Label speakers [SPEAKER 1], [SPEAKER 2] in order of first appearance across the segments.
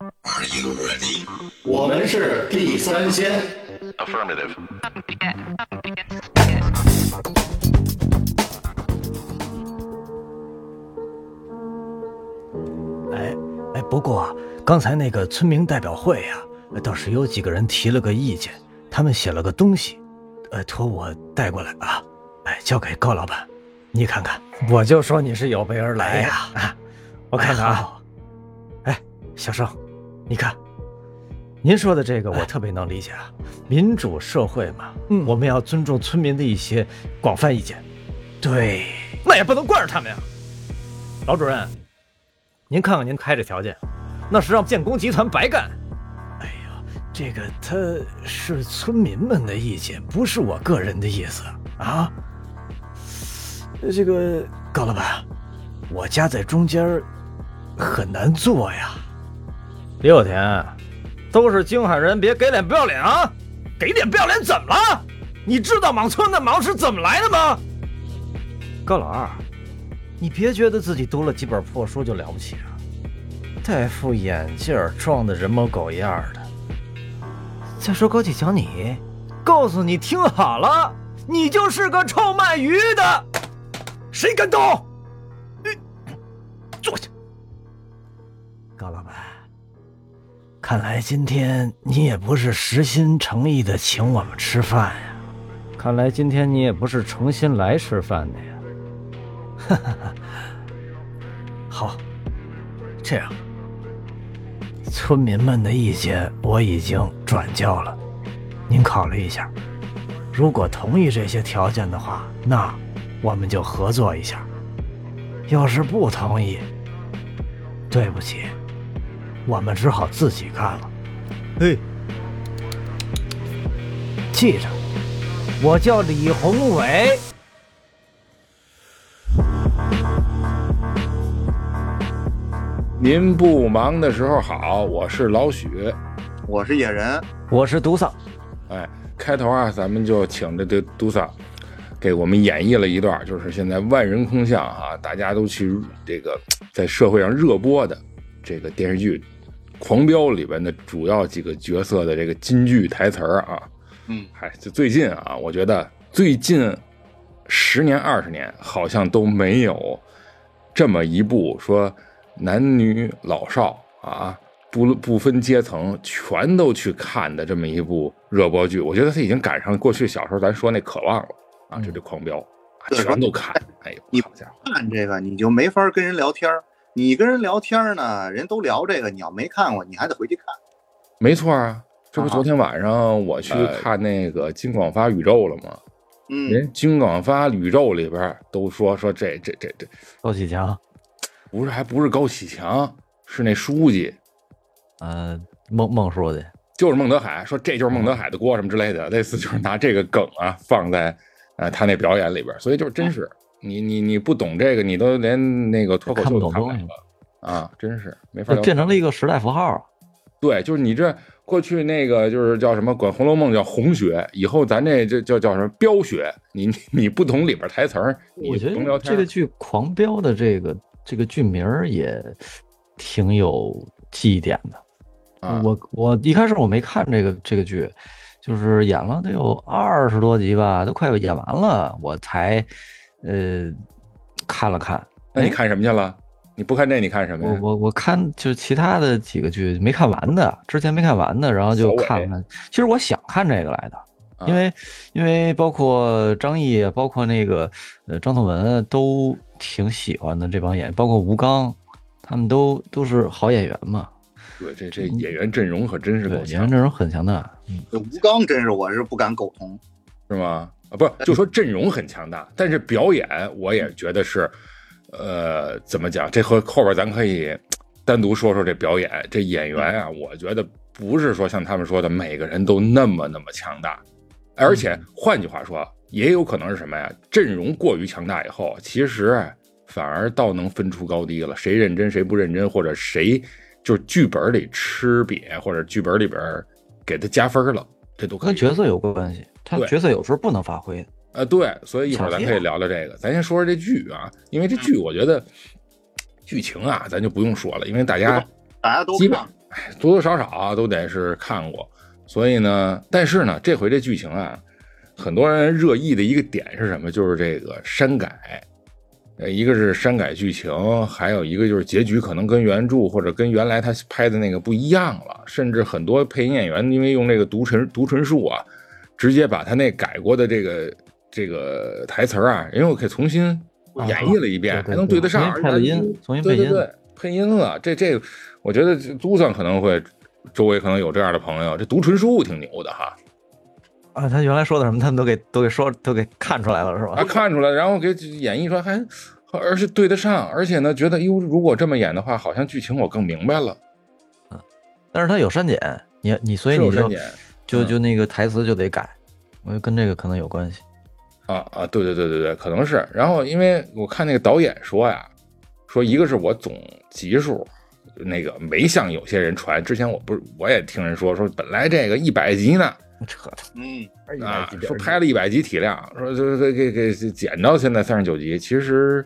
[SPEAKER 1] Are you ready?
[SPEAKER 2] 我们是地三鲜。
[SPEAKER 1] Affirmative.
[SPEAKER 3] 哎哎，不过啊刚才那个村民代表会呀、呃倒是有几个人提了个意见，他们写了个东西，呃，托我带过来啊，哎，交给高老板，你看看。
[SPEAKER 4] 我就说你是有备而
[SPEAKER 3] 哎
[SPEAKER 4] 来
[SPEAKER 3] 呀
[SPEAKER 4] 呀！啊，我看看啊，
[SPEAKER 3] 好，哎，小盛，你看，
[SPEAKER 4] 您说的这个我特别能理解啊，民主社会嘛，
[SPEAKER 3] 嗯
[SPEAKER 4] 我们要尊重村民的一些广泛意见，
[SPEAKER 3] 对，
[SPEAKER 4] 那也不能惯着他们呀。老主任，您看看您开这条件，那是让建工集团白干。
[SPEAKER 3] 哎这个他是村民们的意见，不是我个人的意思啊。这个高老板，我夹在中间儿很难做呀。
[SPEAKER 4] 李有田，都是京海人，别给脸不要脸啊！给脸不要脸怎么了？你知道莽村的莽是怎么来的吗？高老二，你别觉得自己读了几本破书就了不起啊！戴副眼镜儿装的人模狗样儿的。再说高启强你，告诉你听好了，你就是个臭卖鱼的，谁敢动？你坐下。
[SPEAKER 3] 高老板，看来今天你也不是实心诚意的请我们吃饭呀。
[SPEAKER 4] 看来今天你也不是诚心来吃饭的呀。
[SPEAKER 3] 好，这样，村民们的意见我已经转交了，您考虑一下。如果同意这些条件的话，那我们就合作一下；要是不同意，对不起，我们只好自己干了。
[SPEAKER 4] 嘿。
[SPEAKER 3] 记着，我叫李宏伟。
[SPEAKER 5] 您不忙的时候好，我是老许。
[SPEAKER 2] 我是野人，
[SPEAKER 4] 我是独丧，
[SPEAKER 5] 哎，开头啊，咱们就请这这杜萨给我们演绎了一段，就是现在万人空巷啊，大家都去这个在社会上热播的这个电视剧《狂飙》里边的主要几个角色的这个金句台词儿啊。
[SPEAKER 2] 嗯，
[SPEAKER 5] 嗨，就最近啊，我觉得最近十年二十年好像都没有这么一部说男女老少啊，不不分阶层全都去看的这么一部热播剧。我觉得它已经赶上过去小时候咱说那《渴望》了啊，就这《狂飙》啊，
[SPEAKER 2] 嗯对
[SPEAKER 5] 全都看。哎
[SPEAKER 2] 你
[SPEAKER 5] 呦，好家伙！
[SPEAKER 2] 看这个你就没法跟人聊天儿。你跟人聊天儿呢，人都聊这个，你要没看过，你还得回去看。
[SPEAKER 5] 没错啊，这不昨天晚上我去看那个金广发宇宙了吗？
[SPEAKER 2] 呃嗯，
[SPEAKER 5] 人金广发宇宙里边都说说这这这这
[SPEAKER 3] 高启强，
[SPEAKER 5] 不是还不是高启强，是那书记，
[SPEAKER 4] 呃，孟孟书记，
[SPEAKER 5] 就是孟德海，说这就是孟德海的锅什么之类的，类似就是拿这个梗啊放在呃他那表演里边儿，所以就是
[SPEAKER 6] 嗯
[SPEAKER 5] 真是你你你不懂这个，你都连那个脱口
[SPEAKER 6] 看不
[SPEAKER 5] 秀
[SPEAKER 6] 懂
[SPEAKER 5] 看不了
[SPEAKER 6] 东西
[SPEAKER 5] 了啊，真是没法
[SPEAKER 6] 就
[SPEAKER 5] 聊
[SPEAKER 6] 变成了一个时代符号。
[SPEAKER 5] 对，就是你这过去那个就是叫什么，管《红楼梦》叫红学，以后咱这这叫叫什么标学，你 你你不懂里边台词儿，你
[SPEAKER 6] 我觉
[SPEAKER 5] 甭聊
[SPEAKER 6] 得
[SPEAKER 5] 天
[SPEAKER 6] 这
[SPEAKER 5] 儿
[SPEAKER 6] 个剧《狂飙》的这个这个剧名儿也挺有记忆点的。
[SPEAKER 5] 啊，
[SPEAKER 6] 我我一开始我没看这个这个剧，就是演了得有二十多集吧，都快演完了，我才呃看了看。
[SPEAKER 5] 那你看什么去了？你不看这你看什么
[SPEAKER 6] 哎我
[SPEAKER 5] 呀？
[SPEAKER 6] 我我看就是其他的几个剧没看完的，之前没看完的，然后就
[SPEAKER 5] 小伟
[SPEAKER 6] 看了。其实我想看这个来的，
[SPEAKER 5] 啊
[SPEAKER 6] 因为因为包括张译，包括那个呃张颂文都挺喜欢的这帮演员，包括吴刚，他们都都是好演员嘛。
[SPEAKER 5] 对，这这演员阵容可真是
[SPEAKER 6] 对，
[SPEAKER 5] 够
[SPEAKER 6] 演
[SPEAKER 5] 强
[SPEAKER 6] 员，阵容很强大。嗯，
[SPEAKER 2] 这吴刚真是我是不敢苟同。
[SPEAKER 5] 是吗？啊，不是，就说阵容很强大，但是表演我也觉得是，呃，怎么讲？这和后边咱可以单独说说这表演，这演员啊，我觉得不是说像他们说的每个人都那么那么强大，而且换句话说，也有可能是什么呀？阵容过于强大以后，其实啊反而倒能分出高低了，谁认真谁不认真，或者谁就是剧本里吃瘪，或者剧本里边给他加分了，这都可以
[SPEAKER 6] 跟。角色有关系，他
[SPEAKER 5] 对
[SPEAKER 6] 角色有时候不能发挥。
[SPEAKER 5] 啊，对，所以一会
[SPEAKER 6] 抢
[SPEAKER 5] 儿咱
[SPEAKER 6] 戏
[SPEAKER 5] 可以
[SPEAKER 6] 啊
[SPEAKER 5] 聊聊这个。咱先说说这剧啊，因为这剧我觉得剧情啊，咱就不用说了，因为大家
[SPEAKER 2] 大家都
[SPEAKER 5] 基本
[SPEAKER 2] 看，
[SPEAKER 5] 哎，多多少少啊都得是看过，所以呢，但是呢，这回这剧情啊，很多人热议的一个点是什么？就是这个删改，呃，一个是删改剧情，还有一个就是结局可能跟原著或者跟原来他拍的那个不一样了，甚至很多配音演员因为用这个读唇读唇术啊，直接把他那改过的这个这个台词儿啊，因为我给重新演绎了一遍，
[SPEAKER 6] 啊对对
[SPEAKER 5] 还能对得上，
[SPEAKER 6] 重新配了音重新配
[SPEAKER 5] 对对
[SPEAKER 6] 音
[SPEAKER 5] 对，配音了。这这，我觉得这都算可能会，周围可能有这样的朋友，这读唇术挺牛的哈，
[SPEAKER 6] 啊，他原来说的什么，他们都给都给说都给看出来了，是吧？
[SPEAKER 5] 啊，看出来，然后给演绎出来，还而是对得上，而且呢，觉得哟，如果这么演的话，好像剧情我更明白了，
[SPEAKER 6] 但是他有删减，你你所以
[SPEAKER 5] 是
[SPEAKER 6] 你
[SPEAKER 5] 有
[SPEAKER 6] 就
[SPEAKER 5] 删减
[SPEAKER 6] 就
[SPEAKER 5] 嗯
[SPEAKER 6] 就那个台词就得改，我觉得跟这个可能有关系。
[SPEAKER 5] 啊啊，对对对对对，可能是。然后因为我看那个导演说呀，说一个是我总集数。那个没像有些人传，之前我不是我也听人说说，本来这个一百集呢，
[SPEAKER 6] 扯淡，
[SPEAKER 2] 嗯，
[SPEAKER 5] 啊，说拍了一百集体量，说这这给给减到现在三十九集，其实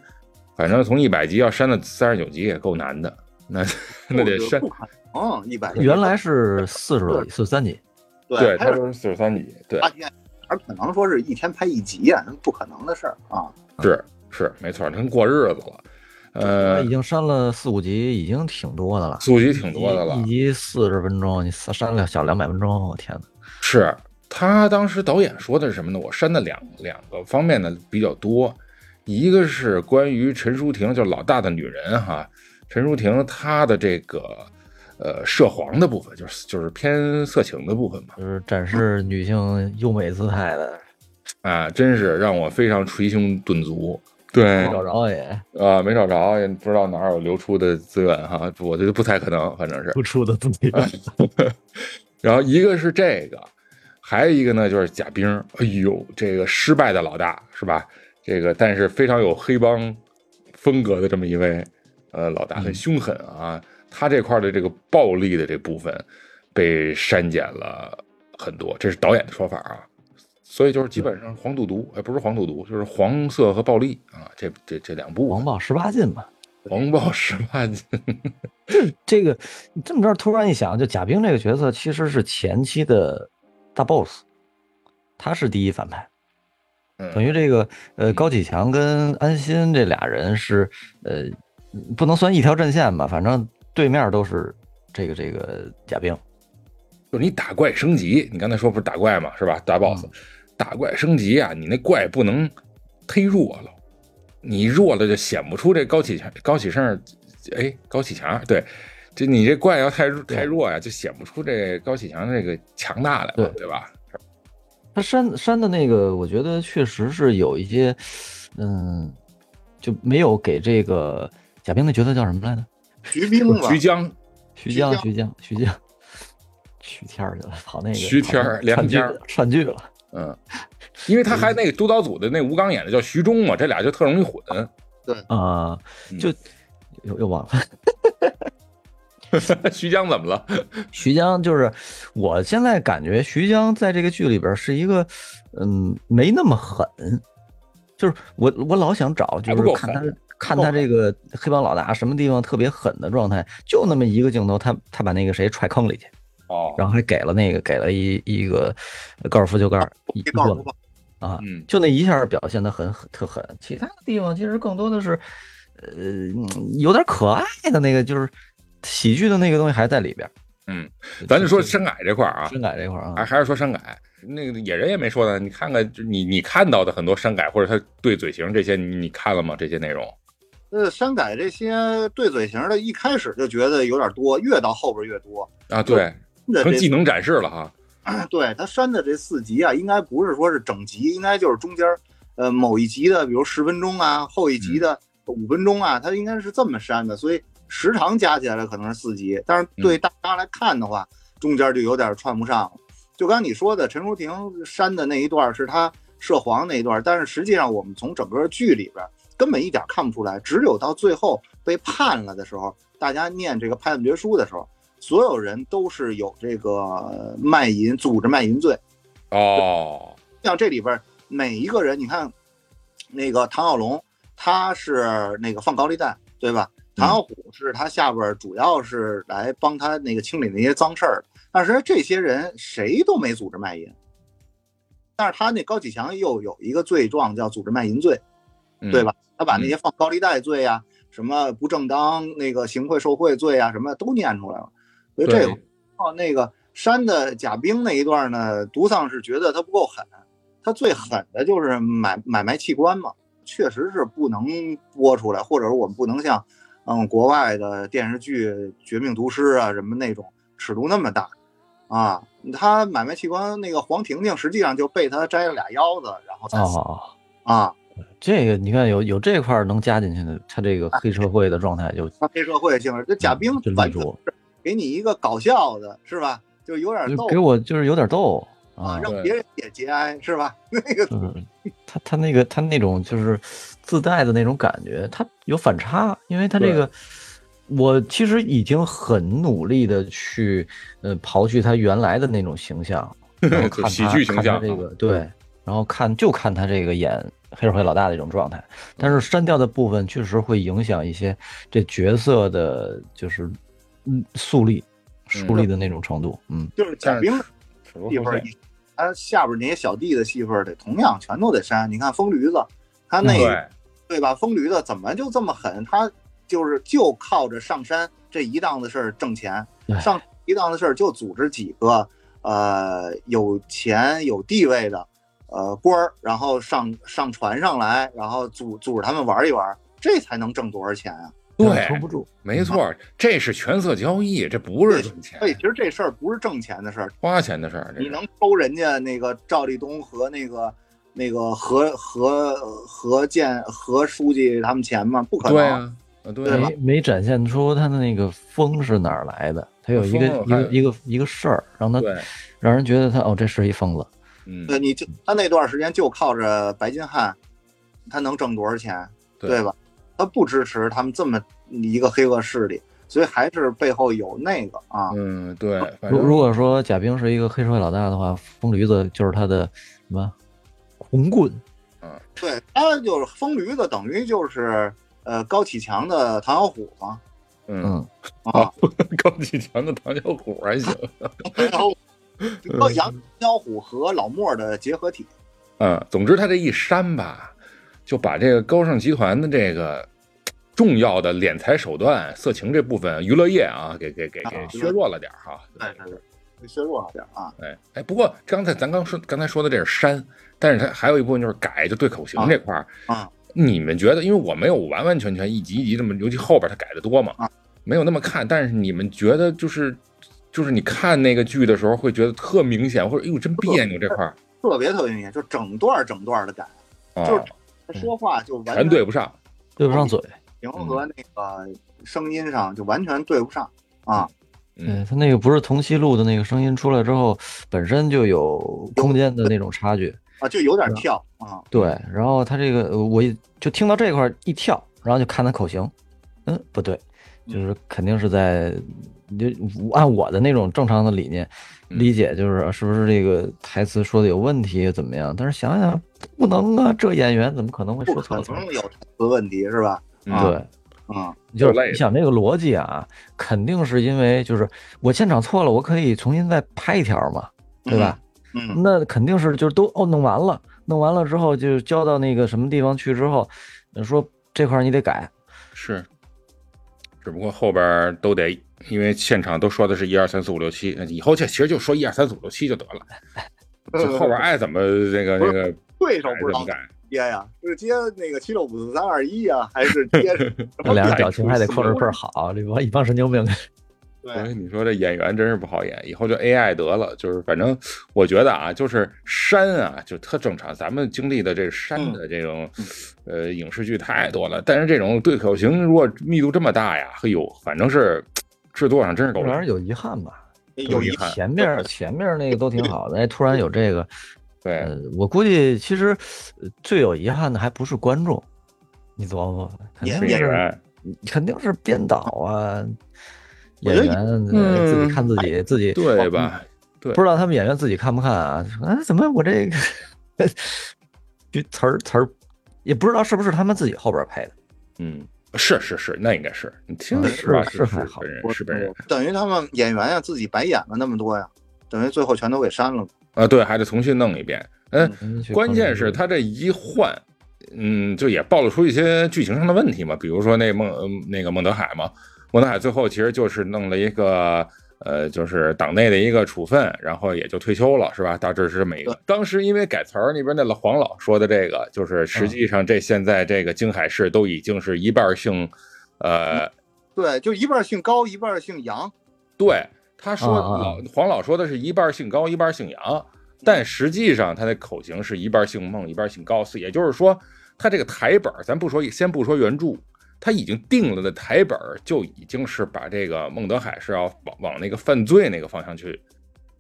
[SPEAKER 5] 反正从一百集要删到三十九集也够难的，那那得删
[SPEAKER 2] 不可能一百
[SPEAKER 6] 原来是四十多集，四十三集，
[SPEAKER 5] 对，
[SPEAKER 2] 还
[SPEAKER 5] 他
[SPEAKER 2] 有
[SPEAKER 5] 是啊四十三集，对，
[SPEAKER 2] 八集，哪可能说是一天拍一集啊？那不可能的事儿啊！
[SPEAKER 5] 是是没错，跟过日子了，
[SPEAKER 6] 他
[SPEAKER 5] 呃
[SPEAKER 6] 已，经删了四五集，已经挺多的了。
[SPEAKER 5] 速集挺多的了
[SPEAKER 6] 一，集四十分钟，你删删了小两百分钟，我天哪！
[SPEAKER 5] 是他当时导演说的是什么呢？我删的两两个方面呢比较多，一个是关于陈淑婷，就是老大的女人哈，陈淑婷她的这个呃涉黄的部分，就是就是偏色情的部分吧，
[SPEAKER 6] 就是展示女性优美姿态的，
[SPEAKER 5] 啊，真是让我非常捶胸顿足。对
[SPEAKER 6] 没找着也
[SPEAKER 5] 啊，没找着，也不知道哪儿有流出的资源哈，我觉得不太可能，反正是。
[SPEAKER 3] 不出的自己。
[SPEAKER 5] 哎然后一个是这个，还有一个呢就是贾冰儿，哎呦，这个失败的老大是吧？这个但是非常有黑帮风格的这么一位呃老
[SPEAKER 6] 嗯
[SPEAKER 5] 大，很凶狠啊。他这块儿的这个暴力的这部分被删减了很多，这是导演的说法啊。所以就是基本上黄赌毒，哎，不是黄赌毒，就是黄色和暴力啊，这这这两部
[SPEAKER 6] 黄暴十八禁嘛。
[SPEAKER 5] 黄暴十八禁，
[SPEAKER 6] 这个你这么着突然一想，就贾冰这个角色其实是前期的大 boss，他是第一反派，等
[SPEAKER 5] 嗯，
[SPEAKER 6] 于这个呃高启强跟安心这俩人是呃不能算一条阵线吧，反正对面都是这个这个贾冰，
[SPEAKER 5] 就是你打怪升级，你刚才说不是打怪嘛，是吧？打 boss，、打怪升级啊，你那怪不能忒弱了，你弱了就显不出这高启强、高启盛，哎，高启强，对，这你这怪要太弱太弱呀、就显不出这高启强这个强大来了，对
[SPEAKER 6] 对
[SPEAKER 5] 吧？
[SPEAKER 6] 他删删的那个，我觉得确实是有一些，嗯，就没有给这个贾冰的角色叫什么来着？
[SPEAKER 2] 徐冰吧，
[SPEAKER 5] 徐江、
[SPEAKER 6] 徐
[SPEAKER 2] 徐
[SPEAKER 6] 江，
[SPEAKER 2] 江
[SPEAKER 6] 徐江，徐江，徐天儿去了，跑那个
[SPEAKER 5] 徐天儿
[SPEAKER 6] 跑那
[SPEAKER 5] 梁
[SPEAKER 6] 串剧
[SPEAKER 5] 家
[SPEAKER 6] 了串剧了。
[SPEAKER 5] 嗯，因为他还那个督导组的那吴刚演的叫徐忠嘛，这俩就特容易混。
[SPEAKER 6] 啊、
[SPEAKER 5] 嗯
[SPEAKER 6] 就又又忘了
[SPEAKER 5] 徐江怎么了？
[SPEAKER 6] 徐江，就是我现在感觉徐江在这个剧里边是一个，嗯，没那么狠，就是我我老想找，
[SPEAKER 5] 还
[SPEAKER 6] 就
[SPEAKER 5] 不
[SPEAKER 6] 是
[SPEAKER 5] 够
[SPEAKER 6] 看
[SPEAKER 5] 狠
[SPEAKER 6] 他看他这个黑帮老大什么地方特别狠的状态，就那么一个镜头，他他把那个谁踹坑里去，
[SPEAKER 5] 哦，
[SPEAKER 6] 然后还给了那个给了一一个高尔夫球杆儿一一
[SPEAKER 2] 这告诉
[SPEAKER 6] 棍
[SPEAKER 2] 我
[SPEAKER 6] 子
[SPEAKER 2] 吧，
[SPEAKER 6] 啊，
[SPEAKER 5] 嗯，
[SPEAKER 6] 就那一下表现的很很特狠，其他的地方其实更多的是，呃，嗯有点可爱的那个，就是喜剧的那个东西还在里边儿。
[SPEAKER 5] 嗯，咱就说
[SPEAKER 6] 深
[SPEAKER 5] 深海这块儿啊，
[SPEAKER 6] 深改这块儿
[SPEAKER 5] 还
[SPEAKER 6] 啊，
[SPEAKER 5] 还是说删改？那个野人也没说呢。你看看，就你你看到的很多删改或者他对嘴型这些，你你看了吗？这些内容？
[SPEAKER 2] 呃，删改这些对嘴型的，一开始就觉得有点多，越到后边越多。
[SPEAKER 5] 啊，对，
[SPEAKER 2] 那
[SPEAKER 5] 成技
[SPEAKER 2] 这
[SPEAKER 5] 能展示了哈。
[SPEAKER 2] 对他删的这四集啊，应该不是说是整集，应该就是中间儿呃某一集的，比如十分钟啊，后一集的五分钟啊，它应该是这么删的，所以时长加起来可能是四集，但是对大家来看的话，中间就有点串不上了。就刚你说的，陈淑婷删的那一段是她涉黄那一段，但是实际上我们从整个剧里边根本一点看不出来，只有到最后被判了的时候，大家念这个判决书的时候，所有人都是有这个呃卖淫、组织卖淫罪。
[SPEAKER 5] 哦，
[SPEAKER 2] 像这里边每一个人，你看那个唐小龙，他是那个放高利贷，对吧？唐小虎是他下边儿主要是来帮他那个清理那些脏事儿，但是这些人谁都没组织卖淫。但是他那高启强又有一个罪状叫组织卖淫罪，
[SPEAKER 5] 嗯
[SPEAKER 2] 对吧？他把那些放高利贷罪呀、什么不正当那个行贿受贿罪啊，什么都念出来了。所以这个
[SPEAKER 5] 对
[SPEAKER 2] 哦，那个山的甲兵那一段呢，独丧是觉得他不够狠，他最狠的就是买买卖器官嘛，确实是不能播出来，或者说我们不能像嗯国外的电视剧《绝命毒师》啊什么那种尺度那么大啊。他买卖器官那个黄婷婷实际上就被他摘了俩腰子，然后才死、
[SPEAKER 6] 哦，
[SPEAKER 2] 啊。
[SPEAKER 6] 这个你看有有这块儿能加进去的，他这个黑社会的状态就
[SPEAKER 2] 他黑社会性质，这甲兵
[SPEAKER 6] 真立
[SPEAKER 2] 完全
[SPEAKER 6] 住，
[SPEAKER 2] 给你一个搞笑的，是吧？就有点
[SPEAKER 6] 就
[SPEAKER 2] 逗
[SPEAKER 6] 给我就是有点逗
[SPEAKER 2] 啊，
[SPEAKER 6] 啊，
[SPEAKER 2] 让
[SPEAKER 5] 对
[SPEAKER 2] 别人也节哀，是吧？那个
[SPEAKER 6] 就是他他那个他那种就是自带的那种感觉，他有反差，因为他这个我其实已经很努力的去呃刨去他原来的那种形象，然后
[SPEAKER 5] 就
[SPEAKER 6] 看
[SPEAKER 5] 喜
[SPEAKER 6] 他
[SPEAKER 5] 剧形
[SPEAKER 6] 看
[SPEAKER 5] 象
[SPEAKER 6] 他这
[SPEAKER 5] 啊
[SPEAKER 6] 个对，然后看就看他这个演黑社会老大的一种状态，
[SPEAKER 5] 嗯
[SPEAKER 6] 但是删掉的部分确实会影响一些这角色的，就是嗯树立树立的那种程度，嗯。
[SPEAKER 2] 就是甲兵的
[SPEAKER 5] 只不
[SPEAKER 2] 戏
[SPEAKER 5] 过
[SPEAKER 2] 份
[SPEAKER 5] 后
[SPEAKER 2] 儿
[SPEAKER 5] 背，
[SPEAKER 2] 他下边那些小弟的戏份儿得同样全都得删。你看疯驴子，他那
[SPEAKER 5] 对，
[SPEAKER 2] 对吧？疯驴子怎么就这么狠？他就是就靠着上山这一档子事儿挣钱
[SPEAKER 6] 对，
[SPEAKER 2] 上一档子事儿就组织几个呃有钱有地位的呃官儿，然后上上船上来，然后组组织他们玩一玩，这才能挣多少钱啊？
[SPEAKER 5] 对
[SPEAKER 6] 撑不住，
[SPEAKER 5] 没错，这是权色交易，这不是
[SPEAKER 2] 嗯对
[SPEAKER 5] 赚钱
[SPEAKER 2] 所以其实这事儿不是挣钱的事儿，
[SPEAKER 5] 花钱的事儿。这
[SPEAKER 2] 你
[SPEAKER 5] 是
[SPEAKER 2] 能收人家那个赵立东和那个。那个何何何建何书记他们钱吗？不可能，
[SPEAKER 5] 对啊，啊对啊
[SPEAKER 6] 没没展现出他的那个风是哪儿来的，他有一个
[SPEAKER 5] 风
[SPEAKER 6] 一
[SPEAKER 5] 还有
[SPEAKER 6] 个一个一个事儿，让他
[SPEAKER 5] 啊对，
[SPEAKER 6] 让人觉得他哦，这是一疯子，
[SPEAKER 5] 嗯，
[SPEAKER 2] 对，你就他那段时间就靠着白金汉，他能挣多少钱，
[SPEAKER 5] 对
[SPEAKER 2] 对吧？他不支持他们这么一个黑恶势力，所以还是背后有那个啊，
[SPEAKER 5] 嗯对，反
[SPEAKER 6] 如
[SPEAKER 5] 正
[SPEAKER 6] 如果说贾冰是一个黑社会老大的话，疯驴子就是他的什么红棍，
[SPEAKER 2] 对他就是疯驴子，等于就是呃高启强的唐小虎嘛
[SPEAKER 5] 嗯，
[SPEAKER 6] 嗯，
[SPEAKER 2] 啊，
[SPEAKER 5] 高启强的唐小虎还行，
[SPEAKER 2] 然后高启强、唐小虎和老莫的结合体，
[SPEAKER 5] 嗯，总之他这一删吧，就把这个高盛集团的这个重要的敛财手段、色情这部分娱乐业啊，给给给给
[SPEAKER 2] 啊
[SPEAKER 5] 削弱了点儿哈。
[SPEAKER 2] 对对对，削弱了点啊，
[SPEAKER 5] 哎哎，不过刚才咱刚说刚才说的这是删，但是它还有一部分就是改，就对口型这块儿
[SPEAKER 2] 啊啊
[SPEAKER 5] 你们觉得？因为我没有完完全全一集一集这么，尤其后边它改的多嘛，
[SPEAKER 2] 啊
[SPEAKER 5] 没有那么看。但是你们觉得就是就是你看那个剧的时候会觉得特明显，或者哎呦真别扭这块儿
[SPEAKER 2] 特别特别明显，就整段整段的改，
[SPEAKER 5] 啊，
[SPEAKER 2] 就是说话就完
[SPEAKER 5] 全
[SPEAKER 2] 全啊
[SPEAKER 5] 对不上。
[SPEAKER 6] 对不上嘴，
[SPEAKER 2] 平和那个声音上就完全对不上啊。
[SPEAKER 5] 嗯
[SPEAKER 6] 对他那个不是同期录的那个声音出来之后，本身就有空间的那种差距，
[SPEAKER 2] 啊，就有点跳啊，
[SPEAKER 6] 对，然后他这个呃我一就听到这块儿一跳，然后就看他口型，嗯，不对，就是肯定是在就按我的那种正常的理念
[SPEAKER 5] 嗯
[SPEAKER 6] 理解，就是是不是这个台词说的有问题怎么样？但是想想不能啊，这演员怎么可能会
[SPEAKER 2] 不
[SPEAKER 6] 说
[SPEAKER 2] 可
[SPEAKER 6] 错词儿？
[SPEAKER 2] 能有台词问题是吧？
[SPEAKER 5] 嗯
[SPEAKER 2] 啊，
[SPEAKER 6] 对，
[SPEAKER 2] 嗯，
[SPEAKER 6] 就
[SPEAKER 5] 够累
[SPEAKER 6] 是
[SPEAKER 5] 的
[SPEAKER 6] 你想这个逻辑啊，肯定是因为就是我现场错了，我可以重新再拍一条嘛，对吧？
[SPEAKER 2] 嗯？嗯，
[SPEAKER 6] 那肯定是就是都哦弄完了，弄完了之后就交到那个什么地方去之后，呃说这块儿你得改，
[SPEAKER 5] 是，只不过后边儿都得，因为现场都说的是一二三四五六七，以后这其实就说一二三四五六七就得了，就后边爱怎么这个
[SPEAKER 2] 嗯
[SPEAKER 5] 这
[SPEAKER 2] 不是
[SPEAKER 5] 个
[SPEAKER 2] 对手
[SPEAKER 5] 改怎
[SPEAKER 2] 不知
[SPEAKER 5] 么
[SPEAKER 2] 道
[SPEAKER 5] 改，
[SPEAKER 2] 接呀，是接那个七六五四三二一啊，还是接什
[SPEAKER 6] 那
[SPEAKER 2] 么
[SPEAKER 6] 俩人
[SPEAKER 5] 改
[SPEAKER 6] 表情
[SPEAKER 5] 出
[SPEAKER 6] 还得
[SPEAKER 5] 思
[SPEAKER 6] 控制
[SPEAKER 5] 路
[SPEAKER 6] 倍儿好，这帮一帮神经 病。
[SPEAKER 5] 所
[SPEAKER 2] 对
[SPEAKER 5] 以你说这演员真是不好演，以后就 AI 得了。就是反正我觉得啊，就是删啊，就特正常。咱们经历的这
[SPEAKER 2] 嗯
[SPEAKER 5] 删的这种、呃影视剧太多了，但是这种对口型如果密度这么大呀，嘿呦，反正是制作上真是够
[SPEAKER 6] 突然
[SPEAKER 5] 了。
[SPEAKER 6] 有遗憾 吧？
[SPEAKER 2] 有一
[SPEAKER 5] 遗憾
[SPEAKER 6] 前面 儿前面儿那个都挺好的，哎，突然有这个，
[SPEAKER 5] 对，
[SPEAKER 6] 呃，我估计其实呃最有遗憾的还不是观众，你琢磨吧，肯
[SPEAKER 2] 演
[SPEAKER 6] 定
[SPEAKER 5] 是演
[SPEAKER 6] 是
[SPEAKER 5] 员，
[SPEAKER 6] 肯定是编导啊，
[SPEAKER 2] 我
[SPEAKER 6] 演
[SPEAKER 2] 觉得
[SPEAKER 6] 员呃自
[SPEAKER 5] 嗯
[SPEAKER 6] 己看自己自己
[SPEAKER 5] 对吧？对
[SPEAKER 6] 不知道他们演员自己看不看啊？啊，怎么我这个就词儿词儿也不知道是不是他们自己后边儿配的，
[SPEAKER 5] 嗯，是是是，那应该是你听着
[SPEAKER 6] 嗯
[SPEAKER 5] 吧？
[SPEAKER 6] 是
[SPEAKER 5] 是
[SPEAKER 6] 还好
[SPEAKER 5] 本人
[SPEAKER 2] 我
[SPEAKER 5] 是本人
[SPEAKER 2] 等于他们演员呀自己白演了那么多呀，等于最后全都给删了。
[SPEAKER 5] 啊，对，还得重新弄一遍。嗯，关键是
[SPEAKER 6] 他
[SPEAKER 5] 他这一换，嗯，就也暴露出一些剧情上的问题嘛，比如说那孟、嗯那个孟德海嘛，孟德海最后其实就是弄了一个。呃，就是党内的一个处分，然后也就退休了，是吧？大致是这么一个
[SPEAKER 2] 对。
[SPEAKER 5] 当时因为改词儿，那边那老黄老说的这个，就是实际上这现在这个京海市都已经是一半儿姓，呃，
[SPEAKER 2] 对，就一半儿姓高，一半儿姓杨。
[SPEAKER 5] 对，他说
[SPEAKER 6] 啊啊啊
[SPEAKER 5] 老黄老说的是一半儿姓高，一半儿姓杨，但实际上他的口型是一半儿姓孟，一半儿姓高，也就是说，他这个台本儿，咱不说，先不说原著，他已经定了的台本儿就已经是把这个孟德海是要往往那个犯罪那个方向去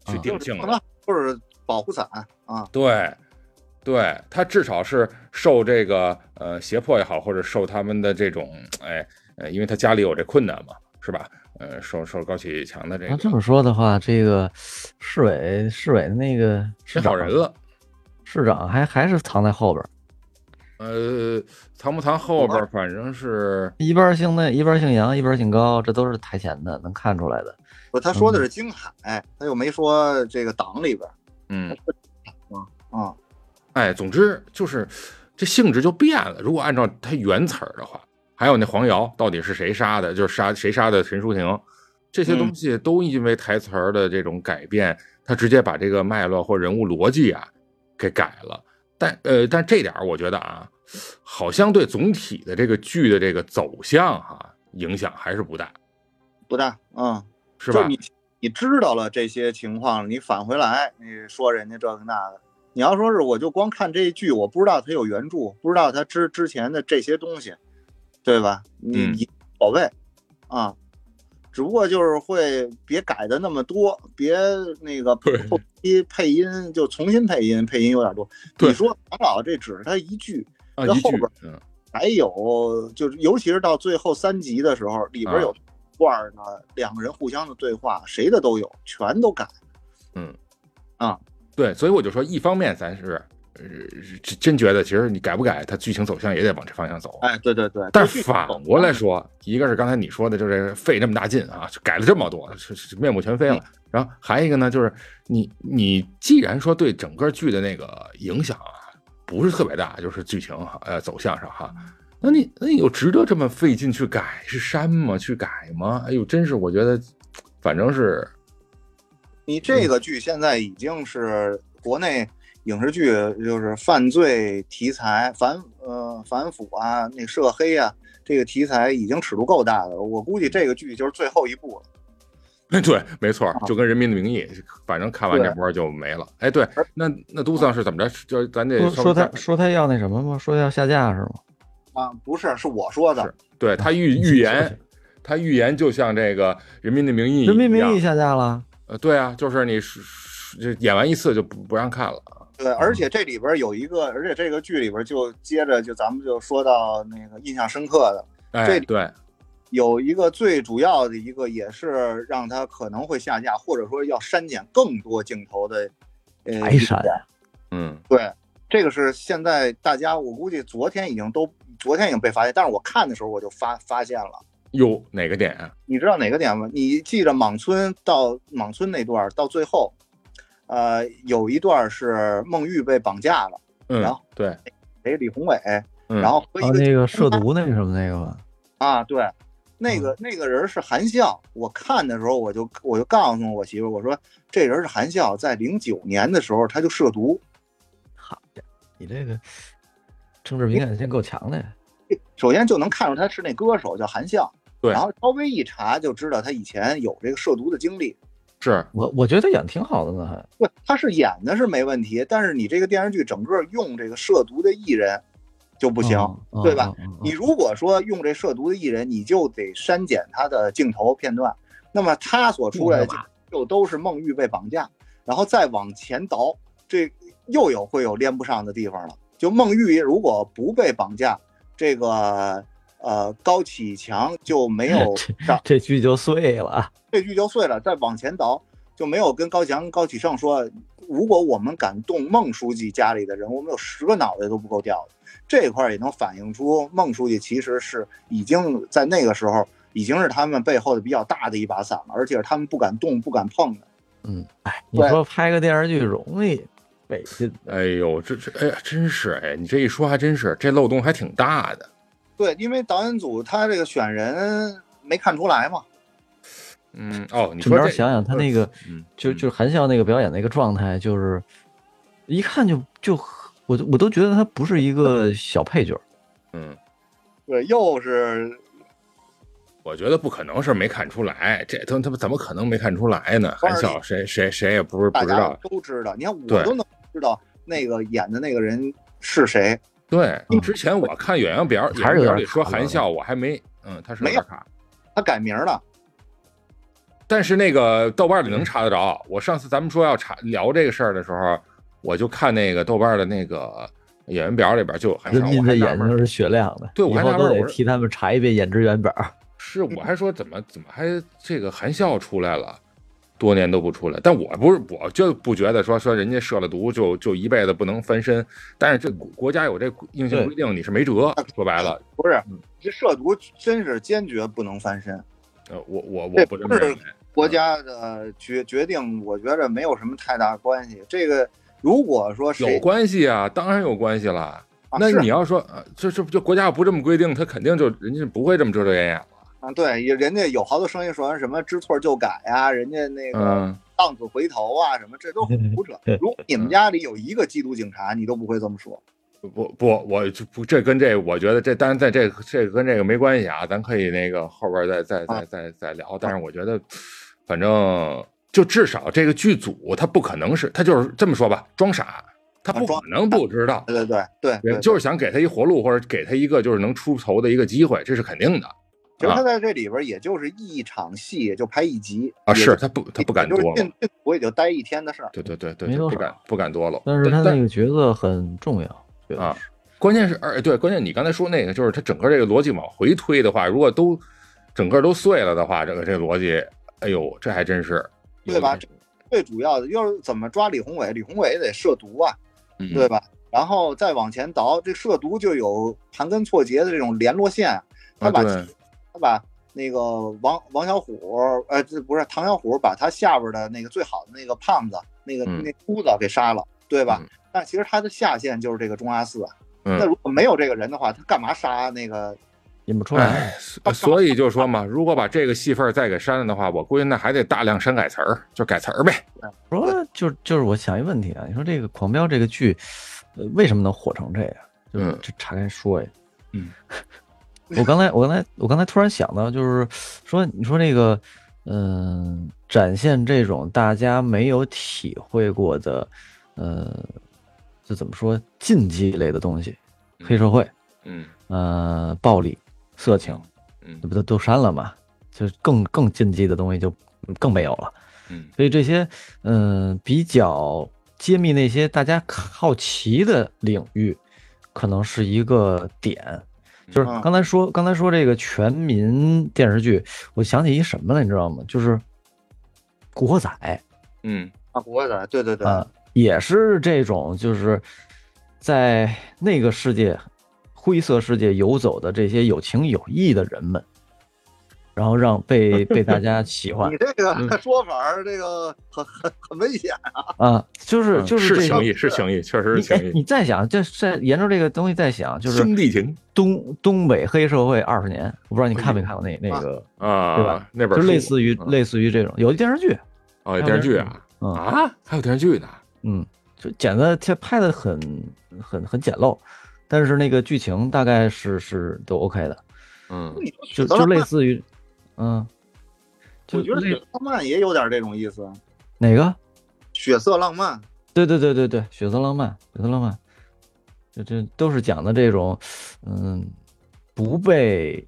[SPEAKER 5] 去
[SPEAKER 6] 啊
[SPEAKER 5] 定性
[SPEAKER 2] 好
[SPEAKER 5] 了
[SPEAKER 2] 吧。，或者保护伞啊，
[SPEAKER 5] 对，对他至少是受这个呃胁迫也好，或者受他们的这种哎呃，因为他家里有这困难嘛，是吧？呃，受受高启强的这
[SPEAKER 6] 啊要这
[SPEAKER 5] 个
[SPEAKER 6] 么说的话，这个市委市委的那个市
[SPEAKER 5] 变好
[SPEAKER 6] 长
[SPEAKER 5] 人啊了。
[SPEAKER 6] 市长还还是藏在后边儿，
[SPEAKER 5] 呃，藏不藏后边，儿，反正是
[SPEAKER 6] 一半儿姓那，一半儿姓杨，一半儿姓高，这都是台前的，能看出来的。
[SPEAKER 2] 不，呃他说的是京海，他又没说这个党里边儿
[SPEAKER 5] 嗯，
[SPEAKER 2] 啊。
[SPEAKER 5] 哎，总之就是这性质就变了。如果按照他原词儿的话，还有那黄瑶到底是谁杀的，就是杀谁杀的陈淑婷，这些
[SPEAKER 2] 嗯
[SPEAKER 5] 东西都因为台词儿的这种改变，他直接把这个脉络或人物逻辑啊给改了。但呃，但这点儿我觉得啊，好像对总体的这个剧的这个走向哈、影响还是不大，
[SPEAKER 2] 不大，嗯，
[SPEAKER 5] 是
[SPEAKER 2] 就
[SPEAKER 5] 吧？
[SPEAKER 2] 你你知道了这些情况，你返回来，你说人家这个那个，你要说是我就光看这一句，我不知道他有原著，不知道他之之前的这些东西，对吧？你
[SPEAKER 5] 嗯
[SPEAKER 2] 你宝贝啊，只不过就是会别改的那么多，别那个
[SPEAKER 5] 对
[SPEAKER 2] 后期配音就重新配音，配音有点多。
[SPEAKER 5] 对
[SPEAKER 2] 你说唐老这只是他一句，
[SPEAKER 5] 啊，
[SPEAKER 2] 那
[SPEAKER 5] 一
[SPEAKER 2] 后
[SPEAKER 5] 句
[SPEAKER 2] 边儿
[SPEAKER 5] 嗯
[SPEAKER 2] 还有就是，尤其是到最后三集的时候，里边有段儿呢，两个人互相的对话，谁的都有，全都改。
[SPEAKER 5] 对，所以我就说，一方面咱是呃真真觉得，其实你改不改，它剧情走向也得往这方向走。
[SPEAKER 2] 哎，对对对，
[SPEAKER 5] 但
[SPEAKER 2] 这
[SPEAKER 5] 是
[SPEAKER 2] 剧啊
[SPEAKER 5] 反过来说，一个是刚才你说的，就是费这么大劲啊，改了这么多，是是面目全非了。
[SPEAKER 2] 嗯
[SPEAKER 5] 然后还一个呢，就是你你既然说对整个剧的那个影响啊不是特别大，就是剧情哈呃走向上哈，
[SPEAKER 2] 嗯
[SPEAKER 5] 那你那你有值得这么费劲去改去删吗？去改吗？哎呦，真是我觉得，反正是
[SPEAKER 2] 你这个剧现在已经是国内影视剧，就是犯罪题材、反呃反腐啊、那涉黑啊，这个题材已经尺度够大的了。我估计这个剧就是最后一部了。
[SPEAKER 5] 对，没错
[SPEAKER 2] 啊
[SPEAKER 5] 儿，就跟《人民的名义》，反正看完这波就没了。哎，对，那那都藏是怎么着？就是咱得
[SPEAKER 6] 说
[SPEAKER 5] 稍微
[SPEAKER 6] 说他
[SPEAKER 5] 再
[SPEAKER 6] 说他要那什么吗？说要下架是吗？
[SPEAKER 2] 啊，不是，是我说的
[SPEAKER 5] 是，对他
[SPEAKER 6] 嗯
[SPEAKER 5] 预预言，他预言就像这个《人民的名义》，
[SPEAKER 6] 人民名义，下架了，
[SPEAKER 5] 呃，对啊，就是你是是就演完一次就不不让看了。
[SPEAKER 2] 对，而且这里边有一个，而且这个剧里边就接着就咱们就说到那个印象深刻的，
[SPEAKER 5] 哎，
[SPEAKER 2] 这
[SPEAKER 5] 对，
[SPEAKER 2] 有一个最主要的一个，也是让它可能会下架，或者说要删减更多镜头的，呃，
[SPEAKER 6] 还删
[SPEAKER 2] 一点
[SPEAKER 5] 嗯，
[SPEAKER 2] 对，这个是现在大家，我估计昨天已经都，昨天已经被发现，但是我看的时候我就发发现了，
[SPEAKER 5] 哟，哪个点啊？
[SPEAKER 2] 你知道哪个点吗？你记着莽村到莽村那段儿到最后，呃，有一段是孟玉被绑架了，然
[SPEAKER 5] 嗯
[SPEAKER 2] 后，
[SPEAKER 5] 对，
[SPEAKER 2] 哎，李宏伟，
[SPEAKER 5] 嗯，
[SPEAKER 2] 然后和一
[SPEAKER 6] 啊
[SPEAKER 2] 个
[SPEAKER 6] 那个涉 毒那个什么那个吧，
[SPEAKER 2] 啊，对，那个那个人是韩笑。我看的时候，我就我就告诉我媳妇儿，我说这人是韩笑，在零九年的时候他就涉毒，
[SPEAKER 6] 你这个政治敏感性够强的呀。
[SPEAKER 2] 首先就能看出他是那歌手叫韩笑。
[SPEAKER 5] 对
[SPEAKER 2] 然后稍微一查就知道他以前有这个涉毒的经历。
[SPEAKER 5] 是
[SPEAKER 6] 我我觉得演挺好的呢，还
[SPEAKER 2] 对，他是演的是没问题，但是你这个电视剧整个用这个涉毒的艺人就不行。
[SPEAKER 6] 嗯
[SPEAKER 2] 对吧？
[SPEAKER 6] 嗯嗯嗯
[SPEAKER 2] 你如果说用这涉毒的艺人，你就得删减他的镜头片段，那么他所出来的镜头就都是孟玉被绑架，然后再往前倒，这又有会有连不上的地方了。就孟玉如果不被绑架，这个呃高启强就没有上
[SPEAKER 6] 这剧就碎了。
[SPEAKER 2] 这句就碎了。再往前倒，就没有跟高翔、高启盛说，如果我们敢动孟书记家里的人，我们有十个脑袋都不够掉的。这块儿也能反映出孟书记其实是已经在那个时候已经是他们背后的比较大的一把伞了，而且是他们不敢动、不敢碰的。
[SPEAKER 6] 嗯，哎，你说拍个电视剧容易，北京
[SPEAKER 5] 哎呦，这这哎呀，真是哎，你这一说还真是，这漏洞还挺大的。
[SPEAKER 2] 对，因为导演组他这个选人没看出来嘛，
[SPEAKER 5] 嗯，哦，你
[SPEAKER 6] 怎么
[SPEAKER 5] 说
[SPEAKER 6] 着
[SPEAKER 5] 这
[SPEAKER 6] 想想他那个，
[SPEAKER 5] 嗯，
[SPEAKER 6] 就
[SPEAKER 5] 嗯
[SPEAKER 6] 就是韩笑那个表演那个状态，就是一看就就我都我都觉得他不是一个小配角儿，
[SPEAKER 5] 嗯，
[SPEAKER 2] 对，又是
[SPEAKER 5] 我觉得不可能是没看出来，这他他妈怎么可能没看出来呢？
[SPEAKER 2] 不是
[SPEAKER 5] 韩笑谁谁谁也不是不
[SPEAKER 2] 大
[SPEAKER 5] 知
[SPEAKER 2] 家
[SPEAKER 5] 道，
[SPEAKER 2] 都知道，你看
[SPEAKER 5] 对
[SPEAKER 2] 我都能知道那个演的那个人是谁，
[SPEAKER 5] 对
[SPEAKER 6] 嗯，
[SPEAKER 5] 之前我看演员表，演
[SPEAKER 6] 还是
[SPEAKER 5] 员
[SPEAKER 6] 有
[SPEAKER 5] 表
[SPEAKER 6] 点
[SPEAKER 5] 里说
[SPEAKER 6] 卡的
[SPEAKER 5] 韩笑，我还没，嗯，他是
[SPEAKER 2] 没有
[SPEAKER 5] 点卡，
[SPEAKER 2] 他改名了。
[SPEAKER 5] 但是那个豆瓣里能查得着。我上次咱们说要查聊这个事儿的时候，我就看那个豆瓣的那个演员表里边就有韩
[SPEAKER 6] 人
[SPEAKER 5] 笑，我
[SPEAKER 6] 民的
[SPEAKER 5] 还纳
[SPEAKER 6] 眼
[SPEAKER 5] 闷
[SPEAKER 6] 睛
[SPEAKER 5] 儿，
[SPEAKER 6] 是雪亮的，
[SPEAKER 5] 对我
[SPEAKER 6] 以
[SPEAKER 5] 还纳
[SPEAKER 6] 后都
[SPEAKER 5] 闷儿
[SPEAKER 6] 得
[SPEAKER 5] 我说
[SPEAKER 6] 替他们查一遍演职员表儿。
[SPEAKER 5] 是
[SPEAKER 2] 嗯
[SPEAKER 5] 我还说怎么怎么还这个韩笑出来了。多年都不出来，但我不是，我就不觉得说说人家涉了毒就就一辈子不能翻身，但是这国国家有这硬性
[SPEAKER 6] 对
[SPEAKER 5] 规定，你是没辙。
[SPEAKER 2] 啊
[SPEAKER 5] 说白了，
[SPEAKER 2] 不是
[SPEAKER 5] 嗯，
[SPEAKER 2] 这涉毒真是坚决不能翻身。
[SPEAKER 5] 呃，我我我
[SPEAKER 2] 这
[SPEAKER 5] 不这
[SPEAKER 2] 不
[SPEAKER 5] 么
[SPEAKER 2] 是
[SPEAKER 5] 认为。
[SPEAKER 2] 国家的决决定，我觉着没有什么太大关系。这个如果说谁
[SPEAKER 5] 有关系啊，当然有关系了。
[SPEAKER 2] 啊
[SPEAKER 5] 那
[SPEAKER 2] 是
[SPEAKER 5] 你要说，呃这这这国家不这么规定，他肯定就人家不会这么遮遮掩掩了。
[SPEAKER 2] 啊，对，也人家有好多声音说什么知错就改呀、人家那个
[SPEAKER 5] 嗯，
[SPEAKER 2] 浪子回头啊，什么这都胡 扯。如果你们家里有一个缉毒警察，你都不会这么说。
[SPEAKER 5] 不不，我就不这跟这，我觉得这当然在这个这个跟这个没关系啊，咱可以那个后边再再再
[SPEAKER 2] 啊
[SPEAKER 5] 再再聊。但是我觉得，反正就至少这个剧组他不可能是他就是这么说吧，装傻，他不
[SPEAKER 2] 啊装
[SPEAKER 5] 可能不知道，
[SPEAKER 2] 对对对对，对
[SPEAKER 5] 人就是想给他一活路或者给他一个就是能出头的一个机会，这是肯定的
[SPEAKER 2] 其
[SPEAKER 5] 啊
[SPEAKER 2] 实他在这里边也就是一场戏，也就拍一集
[SPEAKER 5] 啊。
[SPEAKER 2] 也
[SPEAKER 5] 是他不他不敢
[SPEAKER 2] 也就
[SPEAKER 5] 多
[SPEAKER 2] 是
[SPEAKER 5] 了，
[SPEAKER 2] 进进组也就待一天的事儿。
[SPEAKER 5] 对对对对，
[SPEAKER 6] 没
[SPEAKER 5] 就
[SPEAKER 6] 多
[SPEAKER 5] 不
[SPEAKER 6] 少
[SPEAKER 5] 敢不敢多了。
[SPEAKER 6] 但是他
[SPEAKER 5] 但
[SPEAKER 6] 那个角色很重要，觉得
[SPEAKER 5] 啊关键是，而对，关键你刚才说那个，就是它整个这个逻辑往回推的话，如果都整个都碎了的话，这个这个逻辑，哎呦，这还真是，
[SPEAKER 2] 对吧最主要的要是怎么抓李宏伟，李宏伟得涉毒啊，
[SPEAKER 5] 嗯
[SPEAKER 2] 对吧？然后再往前倒，这涉毒就有盘根错节的这种联络线。他把、
[SPEAKER 5] 啊对
[SPEAKER 2] 他把那个王王小虎，呃，这不是唐小虎，把他下边的那个最好的那个胖子，那个、
[SPEAKER 5] 嗯
[SPEAKER 2] 那秃子给杀了，对吧？
[SPEAKER 5] 嗯
[SPEAKER 2] 但其实他的下线就是这个钟阿四啊。
[SPEAKER 5] 嗯
[SPEAKER 2] 那如果没有这个人的话，他干嘛杀那个？
[SPEAKER 6] 引不出来。
[SPEAKER 5] 哎，所所以就说嘛，如果把这个戏份儿再给删了的话，我估计那还得大量删改词儿，就改词儿呗。
[SPEAKER 6] 说就就是我想一问题啊，你说这个《狂飙》这个剧，呃，为什么能火成这样？就是
[SPEAKER 5] 嗯
[SPEAKER 6] 这查开说呀。
[SPEAKER 5] 嗯，
[SPEAKER 6] 我刚才我刚才我刚才突然想到，就是说你说这个，嗯、展现这种大家没有体会过的，呃，就怎么说禁忌类的东西，黑社会，
[SPEAKER 5] 嗯
[SPEAKER 6] 呃，暴力、色情，
[SPEAKER 5] 嗯
[SPEAKER 6] 这不都都删了吗？就是更更禁忌的东西就更没有了。
[SPEAKER 5] 嗯
[SPEAKER 6] 所以这些嗯、呃比较揭秘那些大家好奇的领域，可能是一个点。就是
[SPEAKER 2] 嗯
[SPEAKER 6] 刚才说刚才说这个全民电视剧，我想起一什么了，你知道吗？就是《古惑仔》
[SPEAKER 5] 嗯
[SPEAKER 2] 啊，国的，对对对，
[SPEAKER 6] 啊、也是这种，就是在那个世界灰色世界游走的这些有情有义的人们，然后让被被大家喜 欢
[SPEAKER 2] 你这个说法儿，这个很很很危险。
[SPEAKER 6] 啊，就是
[SPEAKER 5] 嗯
[SPEAKER 6] 就是
[SPEAKER 5] 是
[SPEAKER 6] 这
[SPEAKER 5] 情
[SPEAKER 6] 种。
[SPEAKER 5] 谊，是情谊，确实是
[SPEAKER 6] 你哎
[SPEAKER 5] 情
[SPEAKER 6] 你
[SPEAKER 5] 谊。
[SPEAKER 6] 再想，这再沿着这个东西再想，就是
[SPEAKER 5] 兄弟情
[SPEAKER 6] 东东北黑社会二十年，我不知道你看没看过那那个，
[SPEAKER 5] 啊，
[SPEAKER 6] 对吧？
[SPEAKER 5] 那本
[SPEAKER 6] 就
[SPEAKER 5] 书
[SPEAKER 6] 类似于
[SPEAKER 5] 嗯
[SPEAKER 6] 类似于这种，有一电视剧，
[SPEAKER 5] 哦，有电视剧啊
[SPEAKER 6] 嗯
[SPEAKER 5] 啊，还有电视剧呢。
[SPEAKER 6] 嗯，就剪的这拍的很很很简陋，但是那个剧情大概是是都 OK 的，
[SPEAKER 5] 嗯，
[SPEAKER 2] 你
[SPEAKER 6] 就
[SPEAKER 2] 说
[SPEAKER 6] 就类似于，嗯，就
[SPEAKER 2] 我觉得
[SPEAKER 6] 类
[SPEAKER 2] 雪色浪漫也有点这种意思，啊
[SPEAKER 6] 哪个？
[SPEAKER 2] 血色浪漫。
[SPEAKER 6] 对对对对对，血色浪漫，血色浪漫，这这都是讲的这种，嗯，不被